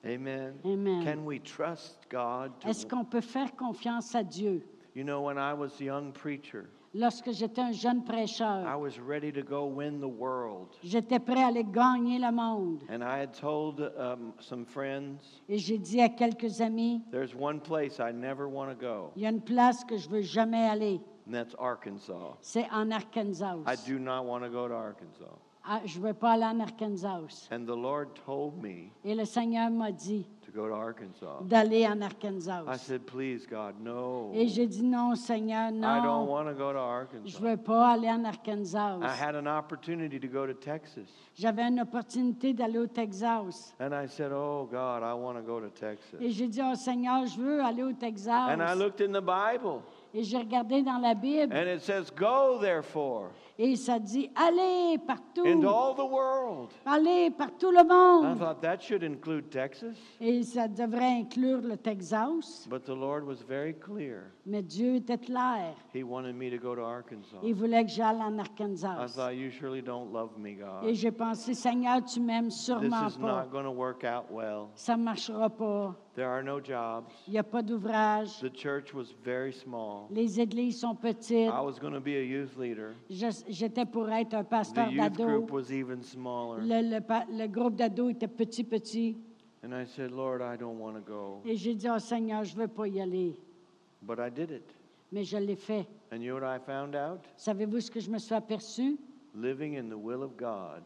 [SPEAKER 1] Amen.
[SPEAKER 2] Amen.
[SPEAKER 1] Can we trust God? To,
[SPEAKER 2] Est-ce qu'on peut faire confiance à Dieu?
[SPEAKER 1] you know, when I was a young preacher,
[SPEAKER 2] Lorsque j'étais un jeune
[SPEAKER 1] I
[SPEAKER 2] prêcheur,
[SPEAKER 1] was ready to go win the world.
[SPEAKER 2] j'étais prêt à aller gagner le monde.
[SPEAKER 1] And I had told um, some friends,
[SPEAKER 2] Et j'ai dit à quelques amis,
[SPEAKER 1] there's one place I never want to go,
[SPEAKER 2] il y a une place que je veux jamais aller.
[SPEAKER 1] and that's Arkansas.
[SPEAKER 2] C'est en Arkansas.
[SPEAKER 1] I do not want to go to Arkansas.
[SPEAKER 2] Ah, je veux pas aller en Arkansas.
[SPEAKER 1] And the Lord told me
[SPEAKER 2] Et le Seigneur m'a dit
[SPEAKER 1] to go to Arkansas.
[SPEAKER 2] d'aller en Arkansas.
[SPEAKER 1] I said, please, God, no.
[SPEAKER 2] Et j'ai dit non, Seigneur,
[SPEAKER 1] Ah, I don't
[SPEAKER 2] non.
[SPEAKER 1] want to go to
[SPEAKER 2] Je
[SPEAKER 1] Arkansas.
[SPEAKER 2] veux pas aller en Arkansas.
[SPEAKER 1] I had an opportunity to go to Texas.
[SPEAKER 2] J'avais une opportunité d'aller au Texas.
[SPEAKER 1] And I said, oh, God, I want to go to Texas.
[SPEAKER 2] Et j'ai dit, oh Seigneur, je veux aller au Texas.
[SPEAKER 1] And I looked in the Bible,
[SPEAKER 2] Et j'ai regardé dans la Bible
[SPEAKER 1] and it says, go, therefore,
[SPEAKER 2] et ça dit, allez partout.
[SPEAKER 1] into all the world.
[SPEAKER 2] Allez par tout le
[SPEAKER 1] I
[SPEAKER 2] monde.
[SPEAKER 1] thought that should include Texas.
[SPEAKER 2] Et ça devrait inclure le Texas.
[SPEAKER 1] But the Lord was very clear.
[SPEAKER 2] Mais Dieu était clair.
[SPEAKER 1] He wanted me to go to Arkansas.
[SPEAKER 2] Il voulait que j'aille en
[SPEAKER 1] I
[SPEAKER 2] Arkansas.
[SPEAKER 1] thought, you surely don't love me,
[SPEAKER 2] Et
[SPEAKER 1] God.
[SPEAKER 2] j'ai pensé, Seigneur, tu m'aimes
[SPEAKER 1] This
[SPEAKER 2] sûrement
[SPEAKER 1] is
[SPEAKER 2] pas.
[SPEAKER 1] not going to work out well.
[SPEAKER 2] Ça ne marchera pas.
[SPEAKER 1] There are no jobs.
[SPEAKER 2] Il n'y a pas d'ouvrage.
[SPEAKER 1] The church was very small.
[SPEAKER 2] Les églises sont petites.
[SPEAKER 1] I was going to be a youth leader.
[SPEAKER 2] Je- J'étais pour être un
[SPEAKER 1] The
[SPEAKER 2] pasteur
[SPEAKER 1] youth group
[SPEAKER 2] d'ados.
[SPEAKER 1] was even smaller.
[SPEAKER 2] Le, le pa- le groupe d'ados était petit, petit.
[SPEAKER 1] And I said, Lord, I don't want to go.
[SPEAKER 2] Et j'ai dit, oh Seigneur, je ne veux pas y aller.
[SPEAKER 1] But I did it.
[SPEAKER 2] Mais je l'ai fait.
[SPEAKER 1] And you know what I found out?
[SPEAKER 2] Savez-vous ce que je me suis aperçu?
[SPEAKER 1] Living in the will of God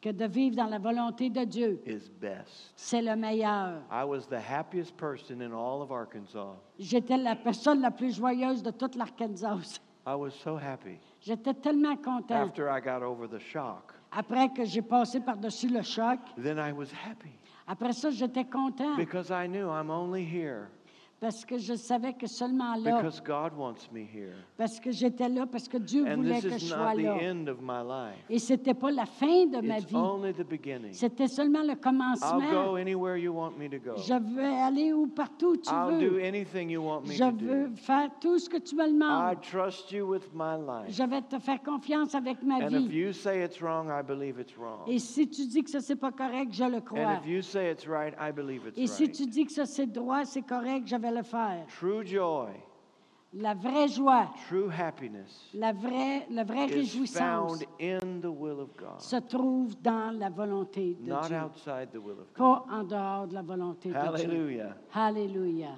[SPEAKER 2] Que de vivre dans la volonté de Dieu,
[SPEAKER 1] is best.
[SPEAKER 2] c'est le meilleur.
[SPEAKER 1] I was the happiest person in all of Arkansas.
[SPEAKER 2] J'étais la personne la plus joyeuse de toute l'Arkansas. <laughs>
[SPEAKER 1] I was so happy.
[SPEAKER 2] J'étais tellement content.
[SPEAKER 1] After I got over the shock,
[SPEAKER 2] Après que j'ai passé par-dessus le choc,
[SPEAKER 1] then I was happy
[SPEAKER 2] après ça, j'étais content
[SPEAKER 1] because I knew I'm only here
[SPEAKER 2] parce que je savais que seulement là,
[SPEAKER 1] because God wants me here.
[SPEAKER 2] parce que j'étais là, parce que Dieu
[SPEAKER 1] And
[SPEAKER 2] voulait
[SPEAKER 1] this
[SPEAKER 2] que je
[SPEAKER 1] is
[SPEAKER 2] sois
[SPEAKER 1] not the
[SPEAKER 2] là.
[SPEAKER 1] end of my life.
[SPEAKER 2] Et c'était pas la fin de ma
[SPEAKER 1] It's
[SPEAKER 2] vie.
[SPEAKER 1] only the beginning.
[SPEAKER 2] C'était seulement le
[SPEAKER 1] I'll go
[SPEAKER 2] commencement.
[SPEAKER 1] anywhere you want me to go.
[SPEAKER 2] Je veux aller où partout où tu
[SPEAKER 1] I'll do
[SPEAKER 2] veux.
[SPEAKER 1] anything you want me
[SPEAKER 2] Je
[SPEAKER 1] to
[SPEAKER 2] veux
[SPEAKER 1] do.
[SPEAKER 2] faire tout ce que tu me
[SPEAKER 1] I
[SPEAKER 2] demandes.
[SPEAKER 1] trust you with my life.
[SPEAKER 2] Je vais te faire confiance avec ma
[SPEAKER 1] And if
[SPEAKER 2] vie.
[SPEAKER 1] you say it's wrong, I believe it's
[SPEAKER 2] Et
[SPEAKER 1] wrong.
[SPEAKER 2] si tu dis que ça, c'est pas correct, je le
[SPEAKER 1] And
[SPEAKER 2] crois.
[SPEAKER 1] if you say it's right, I believe
[SPEAKER 2] Et
[SPEAKER 1] it's
[SPEAKER 2] si
[SPEAKER 1] right.
[SPEAKER 2] tu dis que ça, c'est droit, c'est correct, je vais le faire.
[SPEAKER 1] True joy,
[SPEAKER 2] La vraie joie,
[SPEAKER 1] true happiness
[SPEAKER 2] la vraie, la vraie
[SPEAKER 1] is
[SPEAKER 2] réjouissance
[SPEAKER 1] found in the will of God,
[SPEAKER 2] se trouve dans la volonté de
[SPEAKER 1] not
[SPEAKER 2] Dieu,
[SPEAKER 1] outside the will of God.
[SPEAKER 2] pas en dehors de la volonté de Dieu.
[SPEAKER 1] Hallelujah.
[SPEAKER 2] Alléluia.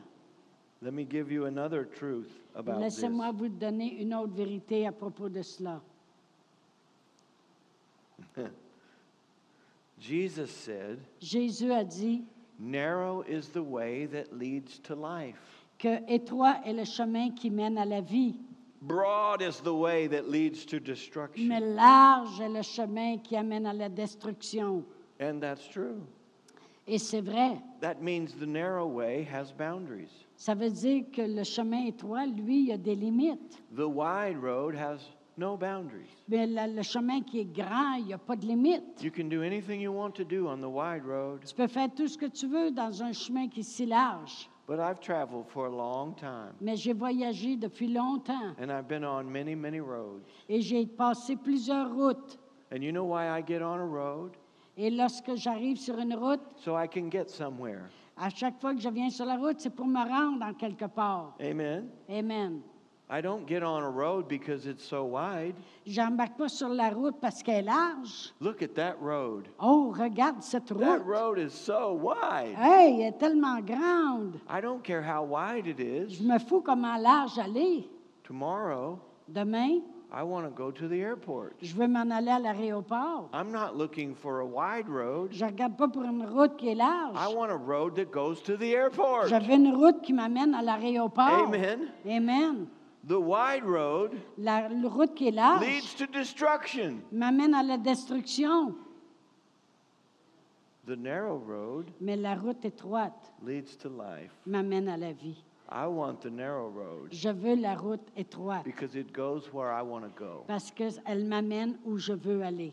[SPEAKER 1] Let me give you another truth about this.
[SPEAKER 2] Laissez-moi vous donner une autre vérité à propos de cela.
[SPEAKER 1] Jesus said,
[SPEAKER 2] Jésus a dit
[SPEAKER 1] Narrow is the way that leads to life.
[SPEAKER 2] que étroit est le chemin qui mène à la vie,
[SPEAKER 1] Broad is the way that leads to
[SPEAKER 2] mais
[SPEAKER 1] destruction.
[SPEAKER 2] large est le chemin qui amène à la destruction.
[SPEAKER 1] And that's true.
[SPEAKER 2] Et c'est vrai.
[SPEAKER 1] That means the narrow way has boundaries.
[SPEAKER 2] Ça veut dire que le chemin étroit, lui, il a des limites.
[SPEAKER 1] The wide road has no boundaries.
[SPEAKER 2] Mais la- le chemin qui est grand, il n'y a pas de limites.
[SPEAKER 1] You can do anything you want to do on the wide road,
[SPEAKER 2] Tu peux faire tout ce que tu veux dans un chemin qui est si large.
[SPEAKER 1] but I've traveled for a long time
[SPEAKER 2] Mais j'ai voyagé depuis longtemps
[SPEAKER 1] and I've been on many, many roads.
[SPEAKER 2] et j'ai passé plusieurs routes.
[SPEAKER 1] And you know why I get on a road?
[SPEAKER 2] Et lorsque j'arrive sur une route,
[SPEAKER 1] So I can get somewhere.
[SPEAKER 2] à chaque fois que je viens sur la route, c'est pour me rendre en quelque part.
[SPEAKER 1] Amen.
[SPEAKER 2] Amen.
[SPEAKER 1] I don't get on a road because it's so wide.
[SPEAKER 2] J'embarque pas sur la route parce qu'elle est large.
[SPEAKER 1] Look at that road.
[SPEAKER 2] Oh, regarde cette
[SPEAKER 1] That
[SPEAKER 2] route.
[SPEAKER 1] road is so wide.
[SPEAKER 2] Hey, elle est tellement grande.
[SPEAKER 1] I don't care how wide it
[SPEAKER 2] Je
[SPEAKER 1] is.
[SPEAKER 2] me fous comment large aller.
[SPEAKER 1] Tomorrow,
[SPEAKER 2] Demain,
[SPEAKER 1] I want to go to the airport.
[SPEAKER 2] je veux m'en aller à l'aéroport.
[SPEAKER 1] I'm not looking for a wide road.
[SPEAKER 2] Je regarde pas pour une route qui est
[SPEAKER 1] I
[SPEAKER 2] large.
[SPEAKER 1] want a road that goes to the airport.
[SPEAKER 2] Je veux une route qui m'amène à l'aéroport.
[SPEAKER 1] Amen.
[SPEAKER 2] Amen.
[SPEAKER 1] The wide road
[SPEAKER 2] La la route qui est large
[SPEAKER 1] leads to destruction.
[SPEAKER 2] m'amène à la destruction,
[SPEAKER 1] The narrow road
[SPEAKER 2] mais la route étroite
[SPEAKER 1] leads to life.
[SPEAKER 2] m'amène à la vie.
[SPEAKER 1] I want the narrow road
[SPEAKER 2] Je veux la route étroite
[SPEAKER 1] because it goes where I want to go.
[SPEAKER 2] parce qu'elle m'amène où je veux aller.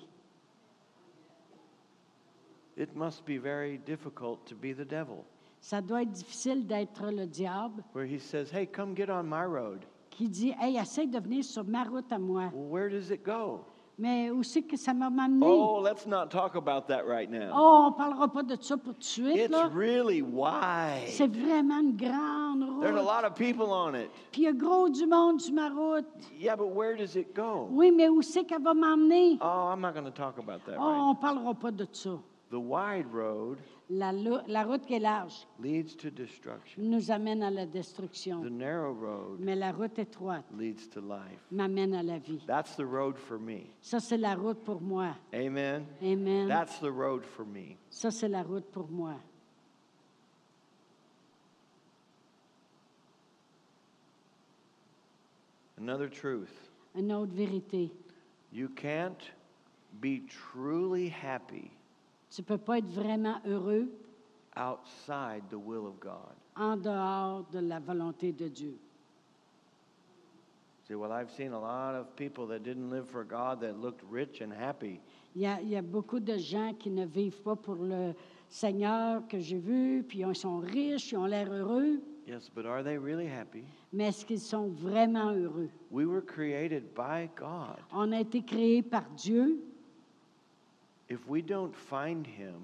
[SPEAKER 1] It must be very difficult to be the devil,
[SPEAKER 2] Ça doit être difficile d'être le diable
[SPEAKER 1] where he says, Hey, come get on my road.
[SPEAKER 2] qui dit Hey, essaye de venir sur ma route à moi.
[SPEAKER 1] Well, where does it go?
[SPEAKER 2] Mais où c'est que ça m'a amené?
[SPEAKER 1] Oh, let's not talk about that right now.
[SPEAKER 2] Oh, on ne parlera pas de ça pour tout de suite.
[SPEAKER 1] It's
[SPEAKER 2] Là.
[SPEAKER 1] really wide.
[SPEAKER 2] C'est vraiment une grande
[SPEAKER 1] There's a
[SPEAKER 2] route.
[SPEAKER 1] lot of people on it.
[SPEAKER 2] Puis il y a gros du monde sur ma route.
[SPEAKER 1] Yeah, but where does it go?
[SPEAKER 2] Oui, mais où c'est qu'elle va m'emmener?
[SPEAKER 1] Oh, I'm not going to talk about that
[SPEAKER 2] Oh,
[SPEAKER 1] right now.
[SPEAKER 2] on ne parlera pas de ça.
[SPEAKER 1] The wide road
[SPEAKER 2] La, lo- la route qui est large
[SPEAKER 1] leads to destruction.
[SPEAKER 2] nous amène à la destruction,
[SPEAKER 1] The narrow road
[SPEAKER 2] mais la route étroite
[SPEAKER 1] leads to life.
[SPEAKER 2] m'amène à la vie.
[SPEAKER 1] That's the road for me.
[SPEAKER 2] Ça, c'est la route pour moi.
[SPEAKER 1] Amen.
[SPEAKER 2] Amen.
[SPEAKER 1] That's the road for me.
[SPEAKER 2] Ça, c'est la route pour moi.
[SPEAKER 1] Another truth
[SPEAKER 2] Une autre vérité.
[SPEAKER 1] you can't be truly happy
[SPEAKER 2] Tu ne peux pas être vraiment heureux
[SPEAKER 1] outside the will of God.
[SPEAKER 2] en dehors de la volonté de Dieu.
[SPEAKER 1] See, well, I've seen a lot of people that didn't live for God that looked rich and happy.
[SPEAKER 2] Il y, a, il y a beaucoup de gens qui ne vivent pas pour le Seigneur que j'ai vu, puis ils sont riches, ils ont l'air heureux,
[SPEAKER 1] Yes, but are they really happy?
[SPEAKER 2] mais est-ce qu'ils sont vraiment heureux?
[SPEAKER 1] We were created by God.
[SPEAKER 2] On a été créés par Dieu.
[SPEAKER 1] If we don't find Him,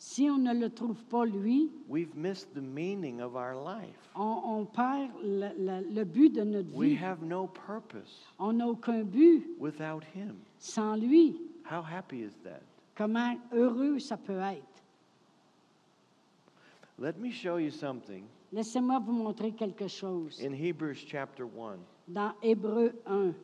[SPEAKER 2] Si on ne le trouve pas, lui,
[SPEAKER 1] we've missed the meaning of our life.
[SPEAKER 2] on, on perd le, le- le but de notre
[SPEAKER 1] We
[SPEAKER 2] vie.
[SPEAKER 1] have no purpose
[SPEAKER 2] On n'a aucun but
[SPEAKER 1] without Him.
[SPEAKER 2] sans lui.
[SPEAKER 1] How happy is that?
[SPEAKER 2] Comment heureux ça peut être?
[SPEAKER 1] Let me show you something
[SPEAKER 2] Laissez-moi vous montrer quelque chose.
[SPEAKER 1] in Hebrews chapter 1
[SPEAKER 2] Dans Hébreu 1,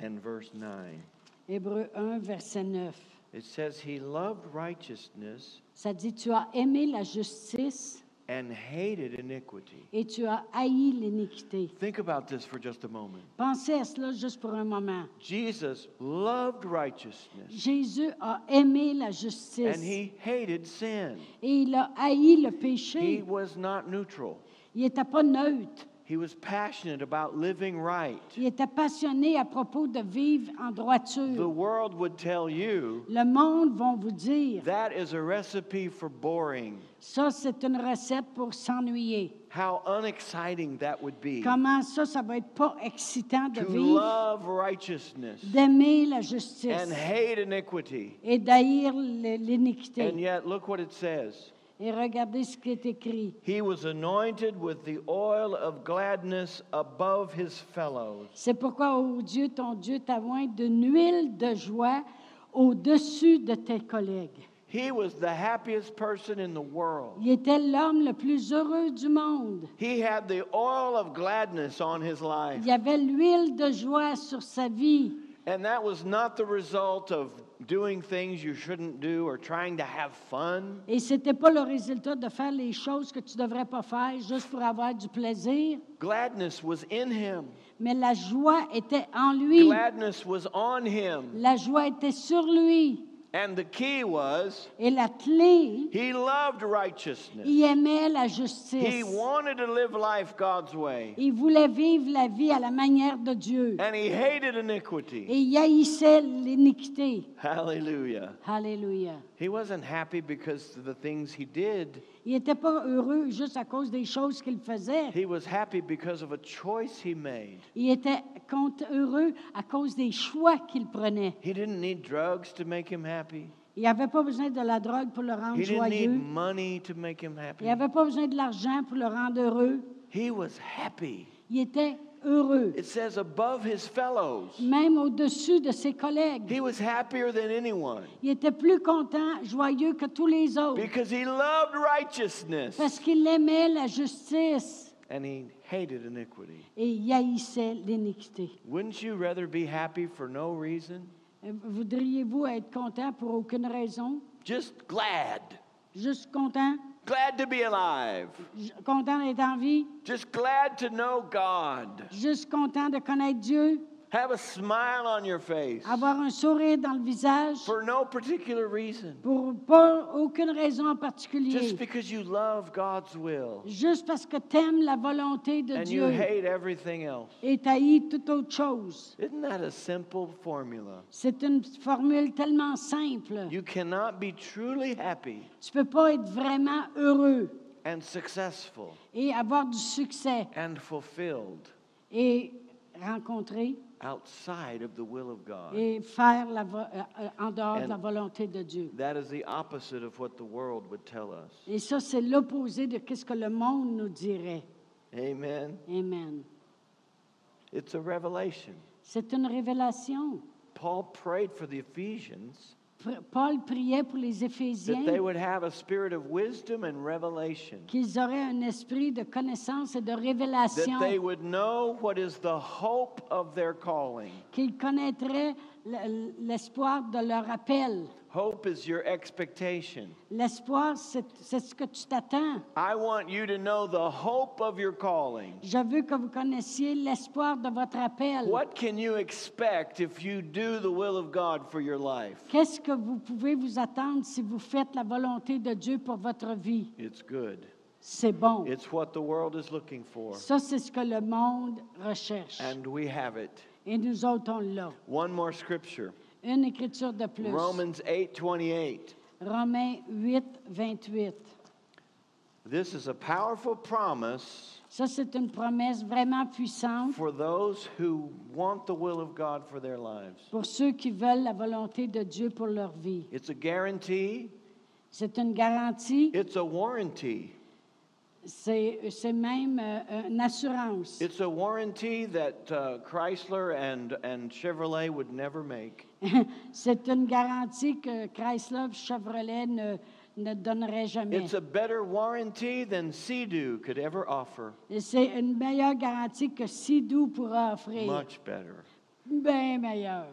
[SPEAKER 1] and verse 9.
[SPEAKER 2] Hébreu 1, verset 9.
[SPEAKER 1] It says, He loved righteousness
[SPEAKER 2] Ça dit, tu as aimé la justice
[SPEAKER 1] and hated iniquity.
[SPEAKER 2] et tu as haï l'iniquité.
[SPEAKER 1] Think about this for just a moment.
[SPEAKER 2] Pensez à cela juste pour un moment.
[SPEAKER 1] Jesus loved righteousness
[SPEAKER 2] Jésus a aimé la
[SPEAKER 1] and
[SPEAKER 2] justice
[SPEAKER 1] he hated sin.
[SPEAKER 2] et il a haï le
[SPEAKER 1] He
[SPEAKER 2] péché.
[SPEAKER 1] was not neutral.
[SPEAKER 2] Il n'était pas neutre.
[SPEAKER 1] He was passionate about living right.
[SPEAKER 2] Il était passionné à propos de vivre en
[SPEAKER 1] The
[SPEAKER 2] droiture.
[SPEAKER 1] world would tell you
[SPEAKER 2] Le monde va vous dire,
[SPEAKER 1] that is a recipe for boring.
[SPEAKER 2] ça c'est une recette pour s'ennuyer.
[SPEAKER 1] How unexciting that would be
[SPEAKER 2] Comment ça, ça va être pas excitant de
[SPEAKER 1] to
[SPEAKER 2] vivre,
[SPEAKER 1] love righteousness
[SPEAKER 2] d'aimer la justice
[SPEAKER 1] and hate iniquity.
[SPEAKER 2] et d'haïr l-
[SPEAKER 1] And
[SPEAKER 2] l'iniquité.
[SPEAKER 1] yet, look what it says.
[SPEAKER 2] Et regardez ce qui est écrit.
[SPEAKER 1] He was anointed with the oil of gladness above his fellows.
[SPEAKER 2] C'est pourquoi, ô Dieu, ton Dieu t'a oint d'une huile de joie au-dessus de tes collègues.
[SPEAKER 1] He was the happiest person in the world.
[SPEAKER 2] Il était l'homme le plus heureux du monde.
[SPEAKER 1] He had the oil of gladness on his life.
[SPEAKER 2] Il y avait l'huile de joie sur sa vie.
[SPEAKER 1] And that was not the result of doing things you shouldn't do or trying to have fun.
[SPEAKER 2] Et ce n'était pas le résultat de faire les choses que tu ne devrais pas faire juste pour avoir du plaisir,
[SPEAKER 1] Gladness was in him,
[SPEAKER 2] mais la joie était en lui.
[SPEAKER 1] gladness was on him.
[SPEAKER 2] La joie était sur lui.
[SPEAKER 1] And the key was
[SPEAKER 2] Et la clé,
[SPEAKER 1] he loved righteousness.
[SPEAKER 2] il aimait la
[SPEAKER 1] He
[SPEAKER 2] justice.
[SPEAKER 1] wanted to live life God's way,
[SPEAKER 2] Il voulait vivre la vie à la manière de Dieu.
[SPEAKER 1] and he hated iniquity.
[SPEAKER 2] Et il haïssait l'iniquité.
[SPEAKER 1] Hallelujah.
[SPEAKER 2] Alléluia.
[SPEAKER 1] He wasn't happy because of the things he did.
[SPEAKER 2] Il n'était pas heureux juste à cause des choses qu'il faisait.
[SPEAKER 1] He was happy because of a choice he made.
[SPEAKER 2] Il était compte heureux à cause des choix qu'il prenait.
[SPEAKER 1] He didn't need drugs to make him happy.
[SPEAKER 2] Il n'avait pas besoin de la drogue pour le rendre
[SPEAKER 1] He didn't need
[SPEAKER 2] joyeux.
[SPEAKER 1] money to make him
[SPEAKER 2] Il
[SPEAKER 1] happy.
[SPEAKER 2] n'avait pas besoin de l'argent pour le rendre heureux.
[SPEAKER 1] He was happy.
[SPEAKER 2] Il était heureux,
[SPEAKER 1] It says above his fellows.
[SPEAKER 2] même au-dessus de ses collègues.
[SPEAKER 1] He was happier than anyone
[SPEAKER 2] Il était plus content, joyeux que tous les autres
[SPEAKER 1] because he loved righteousness
[SPEAKER 2] parce qu'il aimait la justice
[SPEAKER 1] and he hated iniquity.
[SPEAKER 2] et il haïssait l'iniquité.
[SPEAKER 1] Wouldn't you rather be happy for no reason?
[SPEAKER 2] Euh, Voudriez-vous être content pour aucune raison?
[SPEAKER 1] Just glad.
[SPEAKER 2] Juste content?
[SPEAKER 1] Glad to be alive.
[SPEAKER 2] J- Content d'être en vie?
[SPEAKER 1] Just glad to know God.
[SPEAKER 2] Juste content de connaître Dieu?
[SPEAKER 1] Have a smile on your face
[SPEAKER 2] Avoir un sourire dans le visage?
[SPEAKER 1] for no particular reason.
[SPEAKER 2] Pour pas aucune raison en
[SPEAKER 1] Just
[SPEAKER 2] particulier.
[SPEAKER 1] because you love God's will
[SPEAKER 2] Juste parce que t'aimes la volonté de
[SPEAKER 1] and you
[SPEAKER 2] Dieu.
[SPEAKER 1] hate everything else.
[SPEAKER 2] et taillit toute autre chose.
[SPEAKER 1] Isn't that a simple formula?
[SPEAKER 2] C'est une formule tellement simple.
[SPEAKER 1] You cannot be truly happy
[SPEAKER 2] Tu peux pas être vraiment heureux
[SPEAKER 1] and successful
[SPEAKER 2] et avoir du succès
[SPEAKER 1] and fulfilled
[SPEAKER 2] et rencontrer
[SPEAKER 1] outside of the will of God.
[SPEAKER 2] et faire la vo- euh, euh, en dehors de la
[SPEAKER 1] And-
[SPEAKER 2] volonté de Dieu.
[SPEAKER 1] That is the opposite of what the world would tell us.
[SPEAKER 2] Et ça, c'est l'opposé de ce que le monde nous dirait.
[SPEAKER 1] Amen.
[SPEAKER 2] Amen.
[SPEAKER 1] It's a revelation.
[SPEAKER 2] C'est une révélation.
[SPEAKER 1] Paul prayed for the Ephesians
[SPEAKER 2] Pr- Paul priait pour les
[SPEAKER 1] that they
[SPEAKER 2] Éphésiens
[SPEAKER 1] would have a spirit of wisdom and revelation,
[SPEAKER 2] qu'ils auraient un esprit de connaissance et de révélation,
[SPEAKER 1] that they would know what is the hope of their calling.
[SPEAKER 2] qu'ils connaîtraient le- l'espoir de leur appel.
[SPEAKER 1] Hope is your expectation.
[SPEAKER 2] L'espoir, c'est c'est ce que tu t'attends.
[SPEAKER 1] I want you to know the hope of your calling.
[SPEAKER 2] Je veux que vous connaissiez l'espoir de votre appel.
[SPEAKER 1] What can you expect if you do the will of God for your life?
[SPEAKER 2] Qu'est-ce que vous pouvez vous attendre si vous faites la volonté de Dieu pour votre vie?
[SPEAKER 1] It's good.
[SPEAKER 2] C'est bon.
[SPEAKER 1] It's what the world is looking for.
[SPEAKER 2] Ça, c'est ce que le monde recherche.
[SPEAKER 1] And we have it.
[SPEAKER 2] Et nous autres, on l'a.
[SPEAKER 1] One more scripture.
[SPEAKER 2] Une écriture de plus.
[SPEAKER 1] Romans 8:28.
[SPEAKER 2] Romains 8, 28.
[SPEAKER 1] This is a powerful promise
[SPEAKER 2] Ça, c'est une promesse vraiment puissante
[SPEAKER 1] for those who want the will of God for their lives.
[SPEAKER 2] pour ceux qui veulent la volonté de Dieu pour leur vie.
[SPEAKER 1] It's a guarantee,
[SPEAKER 2] C'est une garantie.
[SPEAKER 1] it's a warranty.
[SPEAKER 2] C'est c'est même euh, une assurance.
[SPEAKER 1] It's a warranty that uh, Chrysler and, and Chevrolet would never make.
[SPEAKER 2] C'est une garantie que Chrysler et Chevrolet ne, ne donnerait jamais.
[SPEAKER 1] It's a better warranty than Sea-Doo could ever offer.
[SPEAKER 2] Et C'est une meilleure garantie que Sidou pourra offrir.
[SPEAKER 1] Much better.
[SPEAKER 2] Bien meilleure.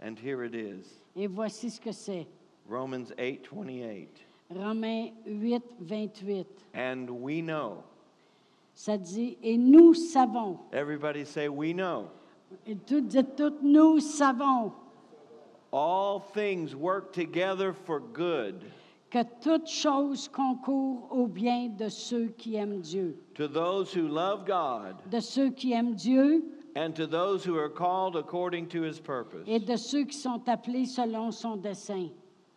[SPEAKER 1] And here it is.
[SPEAKER 2] Et voici ce que c'est.
[SPEAKER 1] Romans 8:28.
[SPEAKER 2] Romains 8, 28.
[SPEAKER 1] And we know.
[SPEAKER 2] Ça dit, et nous savons.
[SPEAKER 1] Everybody say we know.
[SPEAKER 2] Et tout, dites tout, nous savons
[SPEAKER 1] All things work together for good
[SPEAKER 2] que toute chose concourt au bien de ceux qui aiment Dieu.
[SPEAKER 1] to those who love God
[SPEAKER 2] De ceux qui aiment Dieu
[SPEAKER 1] and to those who are called according to his purpose.
[SPEAKER 2] et de ceux qui sont appelés selon son dessein.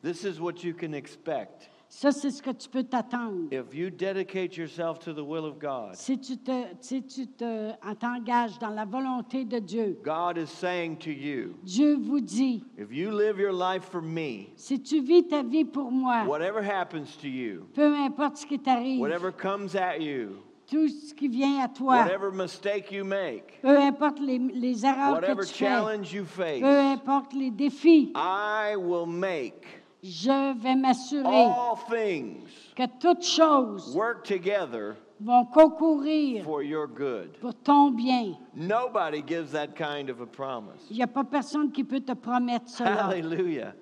[SPEAKER 1] This is what you can expect
[SPEAKER 2] Ça, c'est ce que tu peux t'attendre.
[SPEAKER 1] if you dedicate yourself to the will of God.
[SPEAKER 2] Si tu te, si tu te- euh, t'engages dans la volonté de Dieu,
[SPEAKER 1] God is saying to you,
[SPEAKER 2] Dieu vous dit,
[SPEAKER 1] if you live your life for me,
[SPEAKER 2] si tu vis ta vie pour moi,
[SPEAKER 1] whatever happens to you,
[SPEAKER 2] peu importe ce qui t'arrive,
[SPEAKER 1] whatever comes at you,
[SPEAKER 2] tout ce qui vient à toi,
[SPEAKER 1] whatever mistake you make,
[SPEAKER 2] peu importe les, les erreurs
[SPEAKER 1] whatever
[SPEAKER 2] que tu fais,
[SPEAKER 1] challenge you face,
[SPEAKER 2] peu importe les défis
[SPEAKER 1] I will make
[SPEAKER 2] Je vais m'assurer
[SPEAKER 1] All things
[SPEAKER 2] que toutes choses
[SPEAKER 1] work together
[SPEAKER 2] vont concourir
[SPEAKER 1] for your good.
[SPEAKER 2] pour ton bien.
[SPEAKER 1] Nobody gives that kind of a promise.
[SPEAKER 2] Il n'y a pas personne qui peut te promettre cela.
[SPEAKER 1] Hallelujah.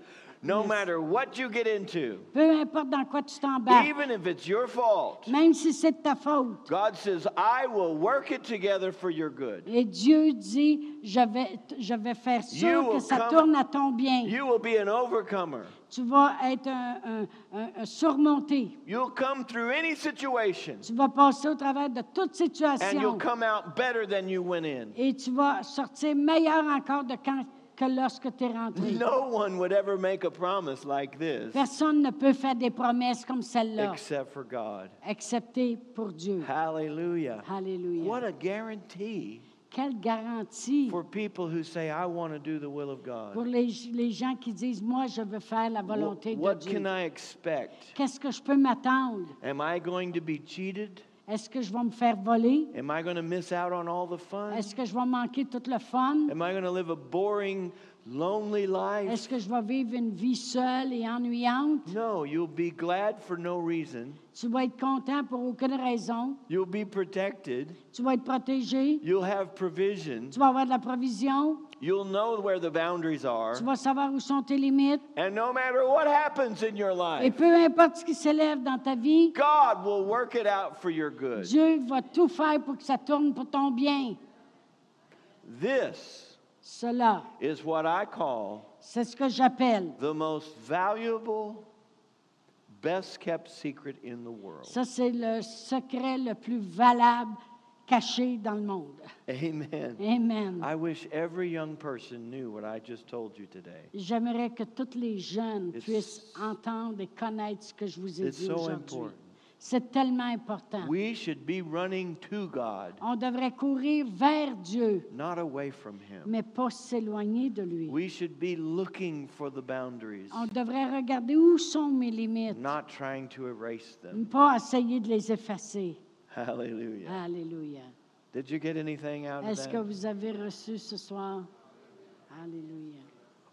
[SPEAKER 1] No matter what you get into,
[SPEAKER 2] Peu importe dans quoi tu t'embarques,
[SPEAKER 1] even if it's your fault,
[SPEAKER 2] même si c'est de ta faute.
[SPEAKER 1] God says, I will work it together for your good.
[SPEAKER 2] Et Dieu dit, je vais, je vais faire
[SPEAKER 1] You
[SPEAKER 2] sûr que
[SPEAKER 1] will
[SPEAKER 2] ça
[SPEAKER 1] come-
[SPEAKER 2] tourne à ton bien.
[SPEAKER 1] You will be an overcomer.
[SPEAKER 2] Tu vas être un, un- un- un surmonté.
[SPEAKER 1] You'll come through any situation
[SPEAKER 2] Tu vas passer au travers de toute
[SPEAKER 1] and you'll
[SPEAKER 2] situation.
[SPEAKER 1] come out better than you went in.
[SPEAKER 2] Et tu vas sortir meilleur encore de quand que lorsque tu es rentré.
[SPEAKER 1] No one would ever make a promise like this
[SPEAKER 2] Personne ne peut faire des promesses comme celle-là,
[SPEAKER 1] except for God.
[SPEAKER 2] excepté pour Dieu.
[SPEAKER 1] Hallelujah.
[SPEAKER 2] Hallelujah.
[SPEAKER 1] What a guarantee
[SPEAKER 2] Quelle garantie
[SPEAKER 1] for people who say, I want to do the will of
[SPEAKER 2] pour
[SPEAKER 1] God.
[SPEAKER 2] les, les gens qui disent, moi, je veux faire la
[SPEAKER 1] What,
[SPEAKER 2] volonté de
[SPEAKER 1] what
[SPEAKER 2] Dieu.
[SPEAKER 1] can I expect?
[SPEAKER 2] Qu'est-ce que je peux m'attendre?
[SPEAKER 1] Am I going to be cheated?
[SPEAKER 2] Est-ce que je vais me faire voler?
[SPEAKER 1] Am I going to miss out on all the fun?
[SPEAKER 2] Est-ce que je vais manquer tout le fun?
[SPEAKER 1] Am I going to live a boring, lonely life?
[SPEAKER 2] Est-ce que je vais vivre une vie seule et ennuyante?
[SPEAKER 1] No, you'll be glad for no reason.
[SPEAKER 2] Tu vas être content pour aucune raison.
[SPEAKER 1] You'll be protected.
[SPEAKER 2] Tu vas être protégé.
[SPEAKER 1] You'll have provision.
[SPEAKER 2] Tu vas avoir de la provision.
[SPEAKER 1] You'll know where the boundaries are.
[SPEAKER 2] Tu vas savoir où sont tes limites.
[SPEAKER 1] And no matter what happens in your
[SPEAKER 2] Et
[SPEAKER 1] life,
[SPEAKER 2] peu importe ce qui s'élève dans ta vie,
[SPEAKER 1] God will work it out for your good.
[SPEAKER 2] Dieu va tout faire pour que ça tourne pour ton bien.
[SPEAKER 1] This
[SPEAKER 2] Cela,
[SPEAKER 1] is what I call
[SPEAKER 2] c'est ce que j'appelle.
[SPEAKER 1] the most valuable, best kept secret in the world.
[SPEAKER 2] Ça, c'est le secret le plus valable caché dans le monde.
[SPEAKER 1] Amen.
[SPEAKER 2] Amen.
[SPEAKER 1] I wish every young person knew what I just told you today.
[SPEAKER 2] J'aimerais que tous les jeunes
[SPEAKER 1] It's-
[SPEAKER 2] puissent entendre et connaître ce que je vous ai
[SPEAKER 1] It's
[SPEAKER 2] dit
[SPEAKER 1] so
[SPEAKER 2] aujourd'hui.
[SPEAKER 1] important.
[SPEAKER 2] C'est tellement important.
[SPEAKER 1] We should be running to God,
[SPEAKER 2] On devrait courir vers Dieu,
[SPEAKER 1] not away from Him.
[SPEAKER 2] mais pas s'éloigner de lui.
[SPEAKER 1] We should be looking for the boundaries,
[SPEAKER 2] On devrait regarder où sont mes limites,
[SPEAKER 1] not trying to erase
[SPEAKER 2] ne
[SPEAKER 1] them.
[SPEAKER 2] pas essayer de les effacer. Ah.
[SPEAKER 1] Hallelujah.
[SPEAKER 2] Alléluia.
[SPEAKER 1] Did you get anything out of
[SPEAKER 2] Est-ce que
[SPEAKER 1] that?
[SPEAKER 2] vous avez reçu ce soir? Alléluia.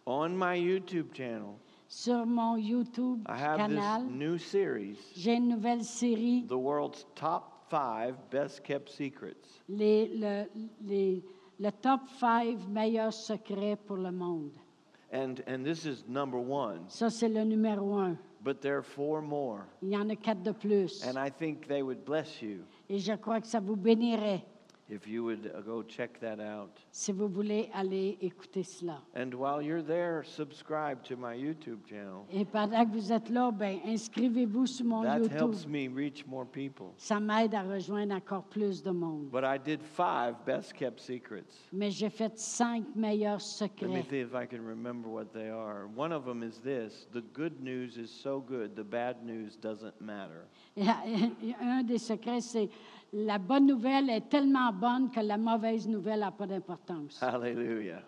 [SPEAKER 1] On my YouTube channel,
[SPEAKER 2] Sur mon YouTube
[SPEAKER 1] I have
[SPEAKER 2] canal,
[SPEAKER 1] this new series,
[SPEAKER 2] j'ai une nouvelle série,
[SPEAKER 1] The World's Top Five Best Kept Secrets.
[SPEAKER 2] les, le, les- le top 5 meilleurs secrets pour le monde.
[SPEAKER 1] And, and this is number one,
[SPEAKER 2] Ça, c'est le numéro un.
[SPEAKER 1] but there are four more.
[SPEAKER 2] Il y en a quatre de plus.
[SPEAKER 1] And I think they would bless you
[SPEAKER 2] Et je crois que ça vous bénirait
[SPEAKER 1] if you would uh, go check that out.
[SPEAKER 2] si vous voulez aller écouter cela.
[SPEAKER 1] And while you're there, subscribe to my YouTube channel.
[SPEAKER 2] Et pendant que vous êtes là, ben, inscrivez-vous sur mon
[SPEAKER 1] That
[SPEAKER 2] YouTube.
[SPEAKER 1] helps me reach more people.
[SPEAKER 2] Ça m'aide à rejoindre encore plus de monde.
[SPEAKER 1] But I did five best kept secrets.
[SPEAKER 2] Mais j'ai fait cinq meilleurs
[SPEAKER 1] Let me
[SPEAKER 2] secrets.
[SPEAKER 1] see if I can remember what they are. One of them is this the good news is so good, the bad news doesn't matter.
[SPEAKER 2] Et un des secrets, c'est la bonne nouvelle est tellement bonne que la mauvaise nouvelle n'a pas d'importance.
[SPEAKER 1] Hallelujah.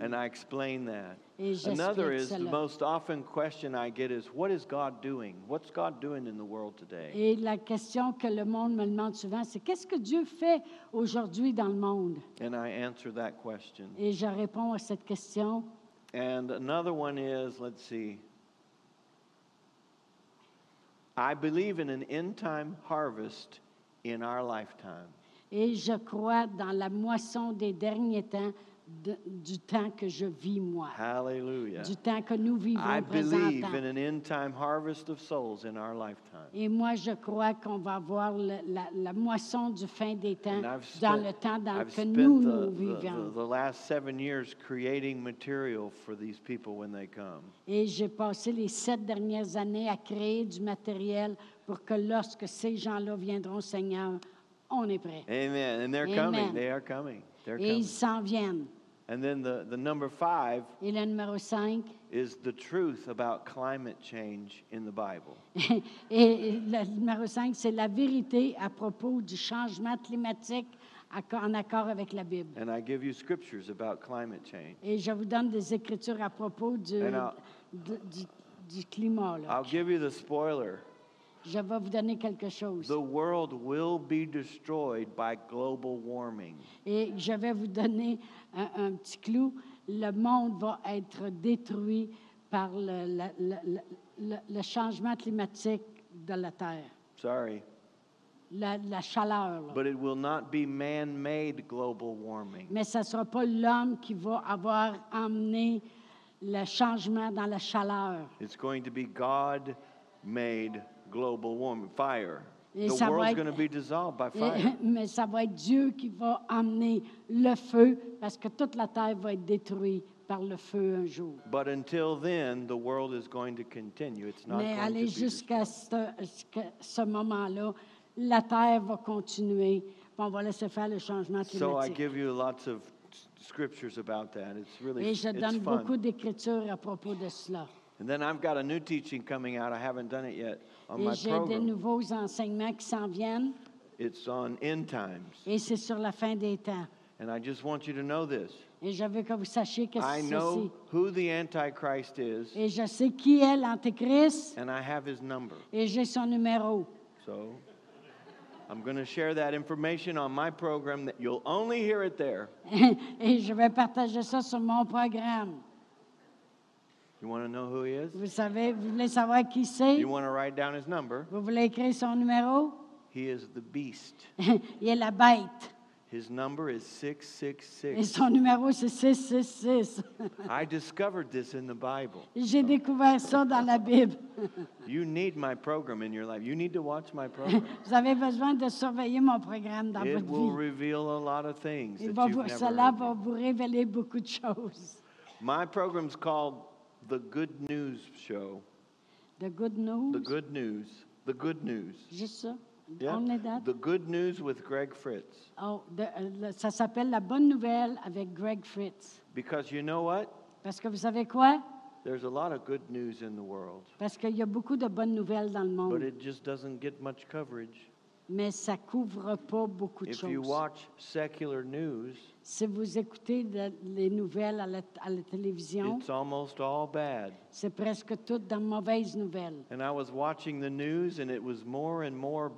[SPEAKER 1] And I explain that.
[SPEAKER 2] Et j'explique
[SPEAKER 1] Another is the
[SPEAKER 2] cela.
[SPEAKER 1] most often question I get is, What is God doing? What's God doing in the world today?
[SPEAKER 2] Et la question que le monde me demande souvent, c'est qu'est-ce que Dieu fait aujourd'hui dans le monde?
[SPEAKER 1] And I answer that question.
[SPEAKER 2] Et je réponds à cette question.
[SPEAKER 1] And another one is, let's see. I believe in an end time harvest in our lifetime.
[SPEAKER 2] Et je crois dans la moisson des derniers temps, de- du temps que je vis moi,
[SPEAKER 1] Hallelujah.
[SPEAKER 2] du temps que nous
[SPEAKER 1] I
[SPEAKER 2] vivons
[SPEAKER 1] believe
[SPEAKER 2] présentement.
[SPEAKER 1] in an end time harvest of souls in our lifetime.
[SPEAKER 2] Et moi, je crois qu'on va avoir le- la, la moisson du fin des temps
[SPEAKER 1] And I've
[SPEAKER 2] dans
[SPEAKER 1] spent,
[SPEAKER 2] le temps dans
[SPEAKER 1] I've
[SPEAKER 2] que
[SPEAKER 1] spent
[SPEAKER 2] nous,
[SPEAKER 1] the,
[SPEAKER 2] nous
[SPEAKER 1] the- the-
[SPEAKER 2] vivons.
[SPEAKER 1] the last seven years creating material for these people when they come.
[SPEAKER 2] Et j'ai passé les sept dernières années à créer du matériel pour que lorsque ces gens-là viendront, au Seigneur, on est prêt.
[SPEAKER 1] Amen. And they're
[SPEAKER 2] Amen.
[SPEAKER 1] coming. They are coming. They're
[SPEAKER 2] Et ils
[SPEAKER 1] coming.
[SPEAKER 2] s'en viennent.
[SPEAKER 1] And then the, the number five
[SPEAKER 2] Et le numéro cinq, <laughs>
[SPEAKER 1] is the truth about climate change in the Bible.
[SPEAKER 2] et le numéro cinq, c'est la vérité à propos du changement climatique acco- en accord avec la Bible.
[SPEAKER 1] And I give you scriptures about climate change.
[SPEAKER 2] Et je vous donne des écritures à propos du,
[SPEAKER 1] And I'll-
[SPEAKER 2] du, du- du climat. là.
[SPEAKER 1] I'll give you the spoiler.
[SPEAKER 2] Je vais vous donner quelque chose.
[SPEAKER 1] The world will be destroyed by global warming.
[SPEAKER 2] Et je vais vous donner un, un petit clou. Le monde va être détruit par le, le- le- le- le changement climatique de la Terre,
[SPEAKER 1] Sorry.
[SPEAKER 2] la, la chaleur. là.
[SPEAKER 1] But it will not be man made global warming.
[SPEAKER 2] Mais ce ne sera pas l'homme qui va avoir emmené le changement dans la chaleur.
[SPEAKER 1] It's going to be God made global warming. Fire.
[SPEAKER 2] Et
[SPEAKER 1] the
[SPEAKER 2] ça va
[SPEAKER 1] world's
[SPEAKER 2] être-
[SPEAKER 1] going to be dissolved
[SPEAKER 2] <laughs>
[SPEAKER 1] by
[SPEAKER 2] Et-
[SPEAKER 1] fire.
[SPEAKER 2] mais ça va être Dieu qui va emmener le feu parce que toute la terre va être détruite par le feu un jour.
[SPEAKER 1] but until then, the world is going to continue. It's not going
[SPEAKER 2] Mais
[SPEAKER 1] to be
[SPEAKER 2] aller jusqu'à ce, ce que- ce moment-là, la terre va continuer. puis On va laisser faire le changement
[SPEAKER 1] destroyed. So I
[SPEAKER 2] climatique.
[SPEAKER 1] give you lots of s- scriptures about that. It's really
[SPEAKER 2] Et
[SPEAKER 1] it's
[SPEAKER 2] je donne
[SPEAKER 1] fun.
[SPEAKER 2] beaucoup d'écritures à propos de cela.
[SPEAKER 1] And then I've got a new teaching coming out. I haven't done it yet on
[SPEAKER 2] Et
[SPEAKER 1] my
[SPEAKER 2] j'ai des
[SPEAKER 1] program.
[SPEAKER 2] nouveaux enseignements qui s'en viennent.
[SPEAKER 1] It's on end times.
[SPEAKER 2] Et c'est sur la fin des temps.
[SPEAKER 1] And I just want you to know this.
[SPEAKER 2] Et je veux que vous sachiez que
[SPEAKER 1] I
[SPEAKER 2] c'est ceci.
[SPEAKER 1] know who the Antichrist is,
[SPEAKER 2] Et je sais qui est l'Antéchrist
[SPEAKER 1] and I have his number.
[SPEAKER 2] et j'ai son numéro. <laughs>
[SPEAKER 1] So I'm going to share that information on my program that you'll only hear it there.
[SPEAKER 2] et je vais partager ça sur mon programme.
[SPEAKER 1] You want to know who he is?
[SPEAKER 2] Vous savez, vous voulez savoir qui c'est?
[SPEAKER 1] You want to write down his number?
[SPEAKER 2] Vous voulez écrire son numéro? <laughs>
[SPEAKER 1] He is the beast.
[SPEAKER 2] Il est la bête.
[SPEAKER 1] His number is
[SPEAKER 2] Et
[SPEAKER 1] 666.
[SPEAKER 2] son numéro, c'est 666.
[SPEAKER 1] I discovered this in the Bible.
[SPEAKER 2] J'ai découvert ça dans la Bible.
[SPEAKER 1] You need my program in your life. You need to watch my
[SPEAKER 2] <laughs>
[SPEAKER 1] program.
[SPEAKER 2] Vous avez besoin de surveiller mon programme dans
[SPEAKER 1] It will
[SPEAKER 2] votre vie.
[SPEAKER 1] reveal a lot of things
[SPEAKER 2] Il
[SPEAKER 1] that
[SPEAKER 2] va
[SPEAKER 1] you've
[SPEAKER 2] vous-
[SPEAKER 1] never
[SPEAKER 2] cela
[SPEAKER 1] heard.
[SPEAKER 2] va vous révéler beaucoup de choses.
[SPEAKER 1] My program's called The Good News Show.
[SPEAKER 2] The good
[SPEAKER 1] The
[SPEAKER 2] news.
[SPEAKER 1] Good News. The Good News.
[SPEAKER 2] Juste ça.
[SPEAKER 1] Yeah?
[SPEAKER 2] On est là.
[SPEAKER 1] The Good News with Greg Fritz.
[SPEAKER 2] Oh, de- euh, le- ça s'appelle La Bonne Nouvelle avec Greg Fritz.
[SPEAKER 1] Because you know what?
[SPEAKER 2] Parce que vous savez quoi?
[SPEAKER 1] There's a lot of good news in the world,
[SPEAKER 2] Parce qu'il y a beaucoup de bonnes nouvelles dans le
[SPEAKER 1] but
[SPEAKER 2] monde,
[SPEAKER 1] it just doesn't get much coverage.
[SPEAKER 2] mais ça couvre pas beaucoup de
[SPEAKER 1] If you
[SPEAKER 2] choses.
[SPEAKER 1] watch secular news,
[SPEAKER 2] Si vous écoutez de- les nouvelles à la, à la télévision,
[SPEAKER 1] it's almost all bad.
[SPEAKER 2] c'est presque tout dans mauvaises nouvelles.
[SPEAKER 1] And I was watching the news, and it was more and more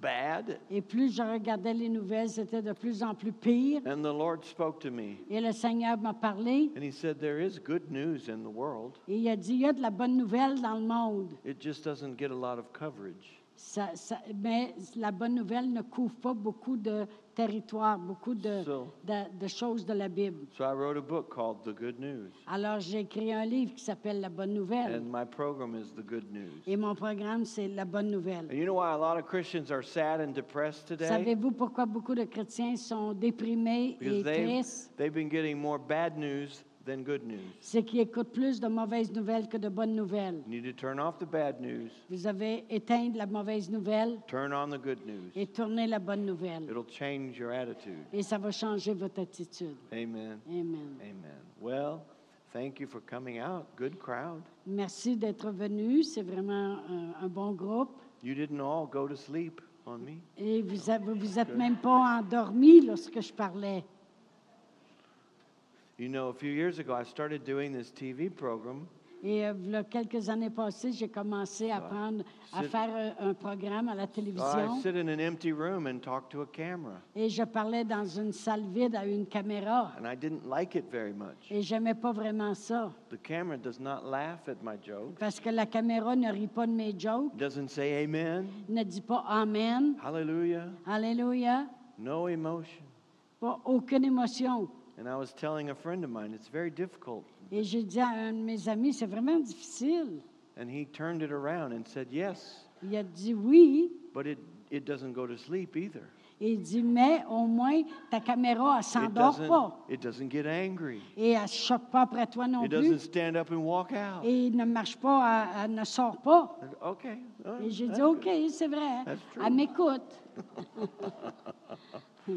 [SPEAKER 1] bad.
[SPEAKER 2] Et plus je regardais les nouvelles, c'était de plus en plus pire.
[SPEAKER 1] And the Lord spoke to me,
[SPEAKER 2] Et le Seigneur m'a parlé
[SPEAKER 1] and He said, There is good news in the world.
[SPEAKER 2] et il a dit, il y a de la bonne nouvelle dans le monde.
[SPEAKER 1] It just doesn't get a lot of coverage.
[SPEAKER 2] Ça- ça- mais la bonne nouvelle ne couvre pas beaucoup de territoire, beaucoup de,
[SPEAKER 1] So-
[SPEAKER 2] de- de choses de la Bible.
[SPEAKER 1] So I wrote a book called The Good News,
[SPEAKER 2] Alors, j'ai écrit un livre qui s'appelle La Bonne Nouvelle.
[SPEAKER 1] and my program is The Good News.
[SPEAKER 2] Et mon programme, c'est La Bonne Nouvelle.
[SPEAKER 1] And you know why a lot of Christians are sad and depressed today?
[SPEAKER 2] Savez-vous pourquoi beaucoup de chrétiens sont déprimés et
[SPEAKER 1] Because they've,
[SPEAKER 2] tristes?
[SPEAKER 1] they've been getting more bad news than good news.
[SPEAKER 2] C'est qu'ils écoutent plus de mauvaises nouvelles que de bonnes nouvelles.
[SPEAKER 1] You need to turn off the bad news,
[SPEAKER 2] Vous avez éteint la mauvaise nouvelle
[SPEAKER 1] turn on the good news.
[SPEAKER 2] et tourné la bonne nouvelle.
[SPEAKER 1] It'll change your attitude.
[SPEAKER 2] Et ça va changer votre attitude.
[SPEAKER 1] Amen.
[SPEAKER 2] Amen.
[SPEAKER 1] Amen. Well, thank you for coming out. Good crowd.
[SPEAKER 2] Merci d'être venu. C'est vraiment un- un bon groupe.
[SPEAKER 1] You didn't all go to sleep on me.
[SPEAKER 2] Et vous a- vous vous êtes même pas endormi lorsque je parlais.
[SPEAKER 1] You know, a few years ago, I started doing this TV program.
[SPEAKER 2] Et euh, v'là quelques années passées, j'ai commencé à prendre, à
[SPEAKER 1] C'est-
[SPEAKER 2] faire euh, un, un programme à la
[SPEAKER 1] I
[SPEAKER 2] télévision.
[SPEAKER 1] sit in an empty room and talk to a camera,
[SPEAKER 2] Et je parlais dans une salle vide à une caméra.
[SPEAKER 1] and I didn't like it very much.
[SPEAKER 2] Et j'aimais pas vraiment ça.
[SPEAKER 1] The camera does not laugh at my joke,
[SPEAKER 2] Parce que la caméra ne rit pas de mes jokes,
[SPEAKER 1] doesn't say amen,
[SPEAKER 2] ne dit pas Amen,
[SPEAKER 1] hallelujah,
[SPEAKER 2] Alléluia,
[SPEAKER 1] no emotion.
[SPEAKER 2] pas aucune émotion.
[SPEAKER 1] And I was telling a friend of mine, it's very difficult.
[SPEAKER 2] Et j'ai dit à un de mes amis, c'est vraiment difficile.
[SPEAKER 1] And he turned it around and said, yes,
[SPEAKER 2] Il a dit oui.
[SPEAKER 1] but it, it doesn't go to sleep either.
[SPEAKER 2] Et il dit, mais au moins, ta caméra, elle
[SPEAKER 1] It
[SPEAKER 2] s'endort
[SPEAKER 1] doesn't,
[SPEAKER 2] pas.
[SPEAKER 1] it doesn't get angry.
[SPEAKER 2] Et elle ne se choque pas après toi non
[SPEAKER 1] It
[SPEAKER 2] plus.
[SPEAKER 1] doesn't stand up and walk out.
[SPEAKER 2] Et il ne marche pas, elle, elle ne sort pas.
[SPEAKER 1] And, Okay. all right,
[SPEAKER 2] Et j'ai
[SPEAKER 1] that's
[SPEAKER 2] dit, OK,
[SPEAKER 1] good.
[SPEAKER 2] c'est vrai. hein.
[SPEAKER 1] That's true.
[SPEAKER 2] Elle m'écoute.
[SPEAKER 1] It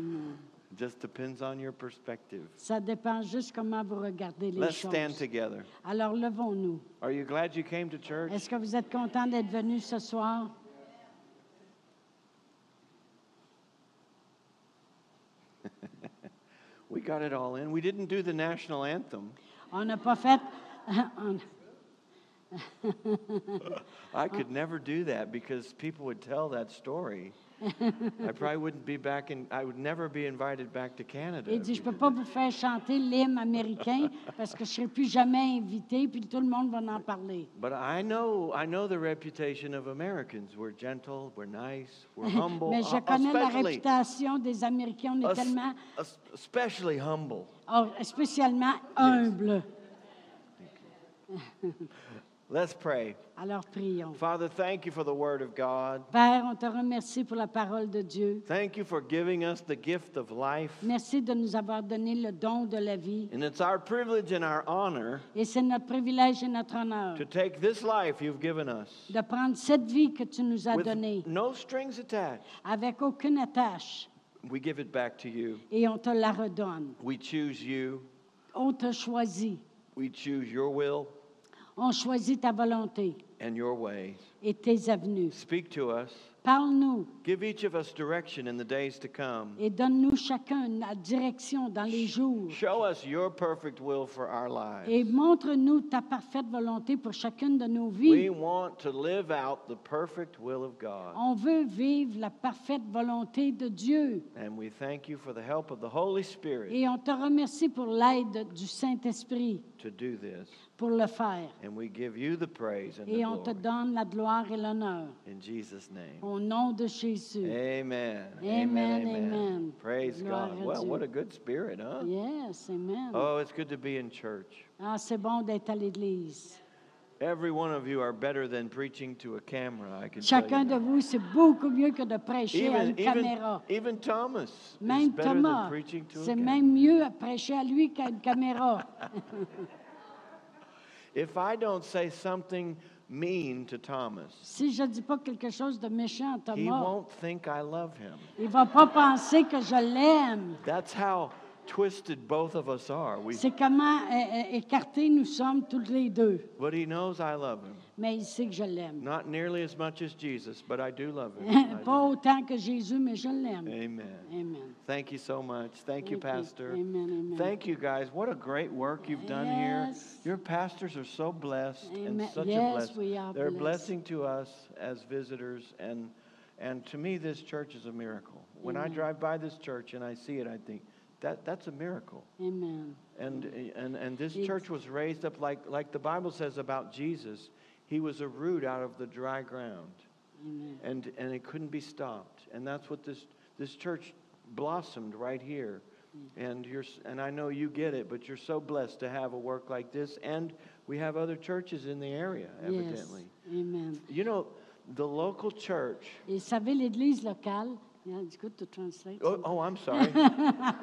[SPEAKER 1] Just depends on your perspective.
[SPEAKER 2] Ça dépend juste comment vous regardez les
[SPEAKER 1] Let's
[SPEAKER 2] choses.
[SPEAKER 1] stand together.
[SPEAKER 2] Alors, levons-nous.
[SPEAKER 1] Are you glad you came to church?
[SPEAKER 2] Est-ce que vous êtes content d'être venu ce soir?
[SPEAKER 1] We got it all in. We didn't do the national anthem.
[SPEAKER 2] On n'a pas fait... <laughs> on-
[SPEAKER 1] I could never do that because people would tell that story. I probably wouldn't be back in, I would never be invited back to Canada.
[SPEAKER 2] Il dit, je peux pas vous faire chanter l'hymne américain parce que je serai plus jamais invité, puis tout le monde va en parler.
[SPEAKER 1] But I know, I know the reputation of Americans. We're gentle, we're nice,
[SPEAKER 2] <laughs>
[SPEAKER 1] we're humble.
[SPEAKER 2] Mais je
[SPEAKER 1] uh,
[SPEAKER 2] connais la
[SPEAKER 1] especially-
[SPEAKER 2] réputation des Américains. On est
[SPEAKER 1] es-
[SPEAKER 2] tellement,
[SPEAKER 1] es- especially humble.
[SPEAKER 2] or- spécialement humbles.
[SPEAKER 1] Let's pray.
[SPEAKER 2] Alors prions.
[SPEAKER 1] Father, thank you for the word of God.
[SPEAKER 2] Père, on te remercie pour la parole de Dieu.
[SPEAKER 1] Thank you for giving us the gift of life.
[SPEAKER 2] Merci de nous avoir donné le don de la vie.
[SPEAKER 1] And it's our privilege and our honor
[SPEAKER 2] Et c'est notre privilège et notre honneur
[SPEAKER 1] to take this life you've given us
[SPEAKER 2] de prendre cette vie que tu nous as
[SPEAKER 1] with
[SPEAKER 2] donnée
[SPEAKER 1] no strings attached.
[SPEAKER 2] avec aucune attache
[SPEAKER 1] We give it back to you.
[SPEAKER 2] et on te la redonne.
[SPEAKER 1] We choose you.
[SPEAKER 2] On te choisit.
[SPEAKER 1] We choose your will
[SPEAKER 2] On choisit ta volonté
[SPEAKER 1] and your ways.
[SPEAKER 2] et tes avenues.
[SPEAKER 1] Speak to us.
[SPEAKER 2] Parle-nous
[SPEAKER 1] Give each of us direction in the days to come.
[SPEAKER 2] et donne-nous chacun la direction dans les jours.
[SPEAKER 1] Show us your perfect will for our lives.
[SPEAKER 2] Et montre-nous ta parfaite volonté pour chacune de nos
[SPEAKER 1] We
[SPEAKER 2] vies.
[SPEAKER 1] want to live out the perfect will of God.
[SPEAKER 2] On veut vivre la parfaite volonté de Dieu.
[SPEAKER 1] And we thank you for the help of the Holy Spirit
[SPEAKER 2] Et on te remercie pour l'aide du Saint-Esprit
[SPEAKER 1] to do this.
[SPEAKER 2] pour le faire.
[SPEAKER 1] And we give you the praise and the
[SPEAKER 2] Et on te
[SPEAKER 1] glory.
[SPEAKER 2] donne la gloire et l'honneur.
[SPEAKER 1] In Jesus' name.
[SPEAKER 2] Au nom de Jésus.
[SPEAKER 1] Amen.
[SPEAKER 2] Amen,
[SPEAKER 1] Amen.
[SPEAKER 2] amen.
[SPEAKER 1] Praise
[SPEAKER 2] Gloire
[SPEAKER 1] God.
[SPEAKER 2] à
[SPEAKER 1] Well,
[SPEAKER 2] Dieu.
[SPEAKER 1] what a good spirit, huh?
[SPEAKER 2] Yes, amen.
[SPEAKER 1] Oh, it's good to be in church.
[SPEAKER 2] Ah, c'est bon d'être à l'église.
[SPEAKER 1] Every one of you are better than preaching to a camera, I can tell you.
[SPEAKER 2] Chacun de
[SPEAKER 1] that.
[SPEAKER 2] vous, c'est beaucoup mieux que de prêcher à une
[SPEAKER 1] Even, even,
[SPEAKER 2] caméra.
[SPEAKER 1] even Thomas is
[SPEAKER 2] Même
[SPEAKER 1] better than
[SPEAKER 2] Thomas,
[SPEAKER 1] preaching to a
[SPEAKER 2] c'est
[SPEAKER 1] camera.
[SPEAKER 2] même mieux à prêcher à lui qu'à une caméra.
[SPEAKER 1] If I don't say something mean to Thomas,
[SPEAKER 2] Si je ne dis pas quelque chose de méchant à
[SPEAKER 1] he
[SPEAKER 2] Thomas,
[SPEAKER 1] won't think I love him.
[SPEAKER 2] il ne va pas penser que je l'aime.
[SPEAKER 1] That's how twisted both of us are. We,
[SPEAKER 2] C'est comment euh, euh, écartés nous sommes tous les deux.
[SPEAKER 1] but he knows I love him.
[SPEAKER 2] Mais il sait que je l'aime.
[SPEAKER 1] Not nearly as much as Jesus, but I do love him.
[SPEAKER 2] <laughs>
[SPEAKER 1] I do.
[SPEAKER 2] Pas autant que Jésus, mais je l'aime.
[SPEAKER 1] Amen.
[SPEAKER 2] Amen.
[SPEAKER 1] Thank you so much. Thank you,
[SPEAKER 2] Thank you.
[SPEAKER 1] Pastor.
[SPEAKER 2] Amen, amen.
[SPEAKER 1] Thank you, guys. What a great work you've done here.
[SPEAKER 2] Yes.
[SPEAKER 1] Your pastors are so blessed and
[SPEAKER 2] Amen.
[SPEAKER 1] such a
[SPEAKER 2] Yes,
[SPEAKER 1] blessing.
[SPEAKER 2] we are
[SPEAKER 1] They're a
[SPEAKER 2] blessed.
[SPEAKER 1] blessing to us as visitors, and and to me, this church is a miracle. When I drive by this church and I see it, I think that that's a miracle.
[SPEAKER 2] Amen.
[SPEAKER 1] And and and this
[SPEAKER 2] It's-
[SPEAKER 1] church was raised up like like the Bible says about Jesus. He was a root out of the dry ground,
[SPEAKER 2] Amen.
[SPEAKER 1] and and it couldn't be stopped. And that's what this this church blossomed right here.
[SPEAKER 2] Mm.
[SPEAKER 1] And you're s- and I know you get it, but you're so blessed to have a work like this. And we have other churches in the area, evidently.
[SPEAKER 2] Yes. Amen.
[SPEAKER 1] You know, the local church.
[SPEAKER 2] Et vous savez, l'Église locale, yeah, it's good to translate.
[SPEAKER 1] Oh, oh I'm
[SPEAKER 2] <laughs>
[SPEAKER 1] sorry. I-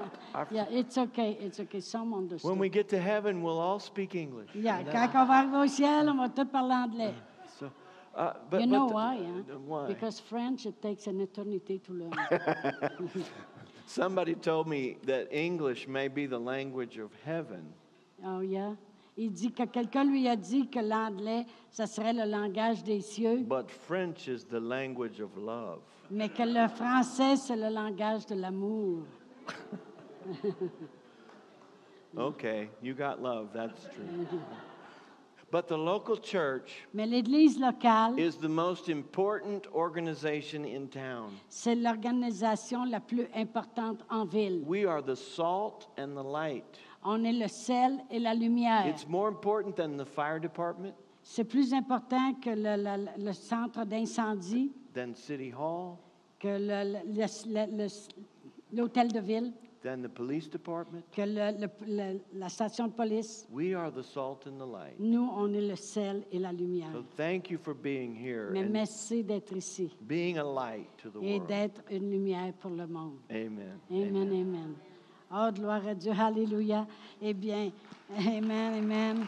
[SPEAKER 2] Yeah, it's okay, it's okay, some understood.
[SPEAKER 1] when we get to heaven, we'll all speak English.
[SPEAKER 2] Yeah,
[SPEAKER 1] And that-
[SPEAKER 2] quand on va arriver au ciel, on va tout parler anglais.
[SPEAKER 1] So, uh, but,
[SPEAKER 2] you
[SPEAKER 1] but
[SPEAKER 2] know
[SPEAKER 1] the-
[SPEAKER 2] why,
[SPEAKER 1] the-
[SPEAKER 2] huh?
[SPEAKER 1] why?
[SPEAKER 2] Because French, it takes an eternity to learn.
[SPEAKER 1] Somebody told me that English may be the language of heaven.
[SPEAKER 2] oh yeah. Il dit que quelqu'un lui a dit que l'anglais, ça serait le langage des cieux,
[SPEAKER 1] But French is the language of love.
[SPEAKER 2] mais que le français, c'est le langage de l'amour.
[SPEAKER 1] Okay, you got love, that's true. But the local church
[SPEAKER 2] Mais l'Église locale,
[SPEAKER 1] is the most important organization in town.
[SPEAKER 2] c'est l'organisation la plus importante en ville.
[SPEAKER 1] We are the salt and the light.
[SPEAKER 2] On est le sel et la lumière.
[SPEAKER 1] It's more important than the fire department,
[SPEAKER 2] C'est plus important que le, le- le centre d'incendie,
[SPEAKER 1] than city hall,
[SPEAKER 2] que le- le- le- le- le- l'hôtel de ville,
[SPEAKER 1] than the police department.
[SPEAKER 2] que le- le- le- la station de police.
[SPEAKER 1] We are the salt and the light.
[SPEAKER 2] Nous, on est le sel et la lumière.
[SPEAKER 1] So thank you for being here
[SPEAKER 2] Mais
[SPEAKER 1] and
[SPEAKER 2] merci d'être ici
[SPEAKER 1] being a light to the
[SPEAKER 2] et
[SPEAKER 1] world.
[SPEAKER 2] d'être une lumière pour le monde.
[SPEAKER 1] Amen.
[SPEAKER 2] Amen, <laughs> amen. Oh, gloire à Dieu, alléluia. Eh bien, amen, amen.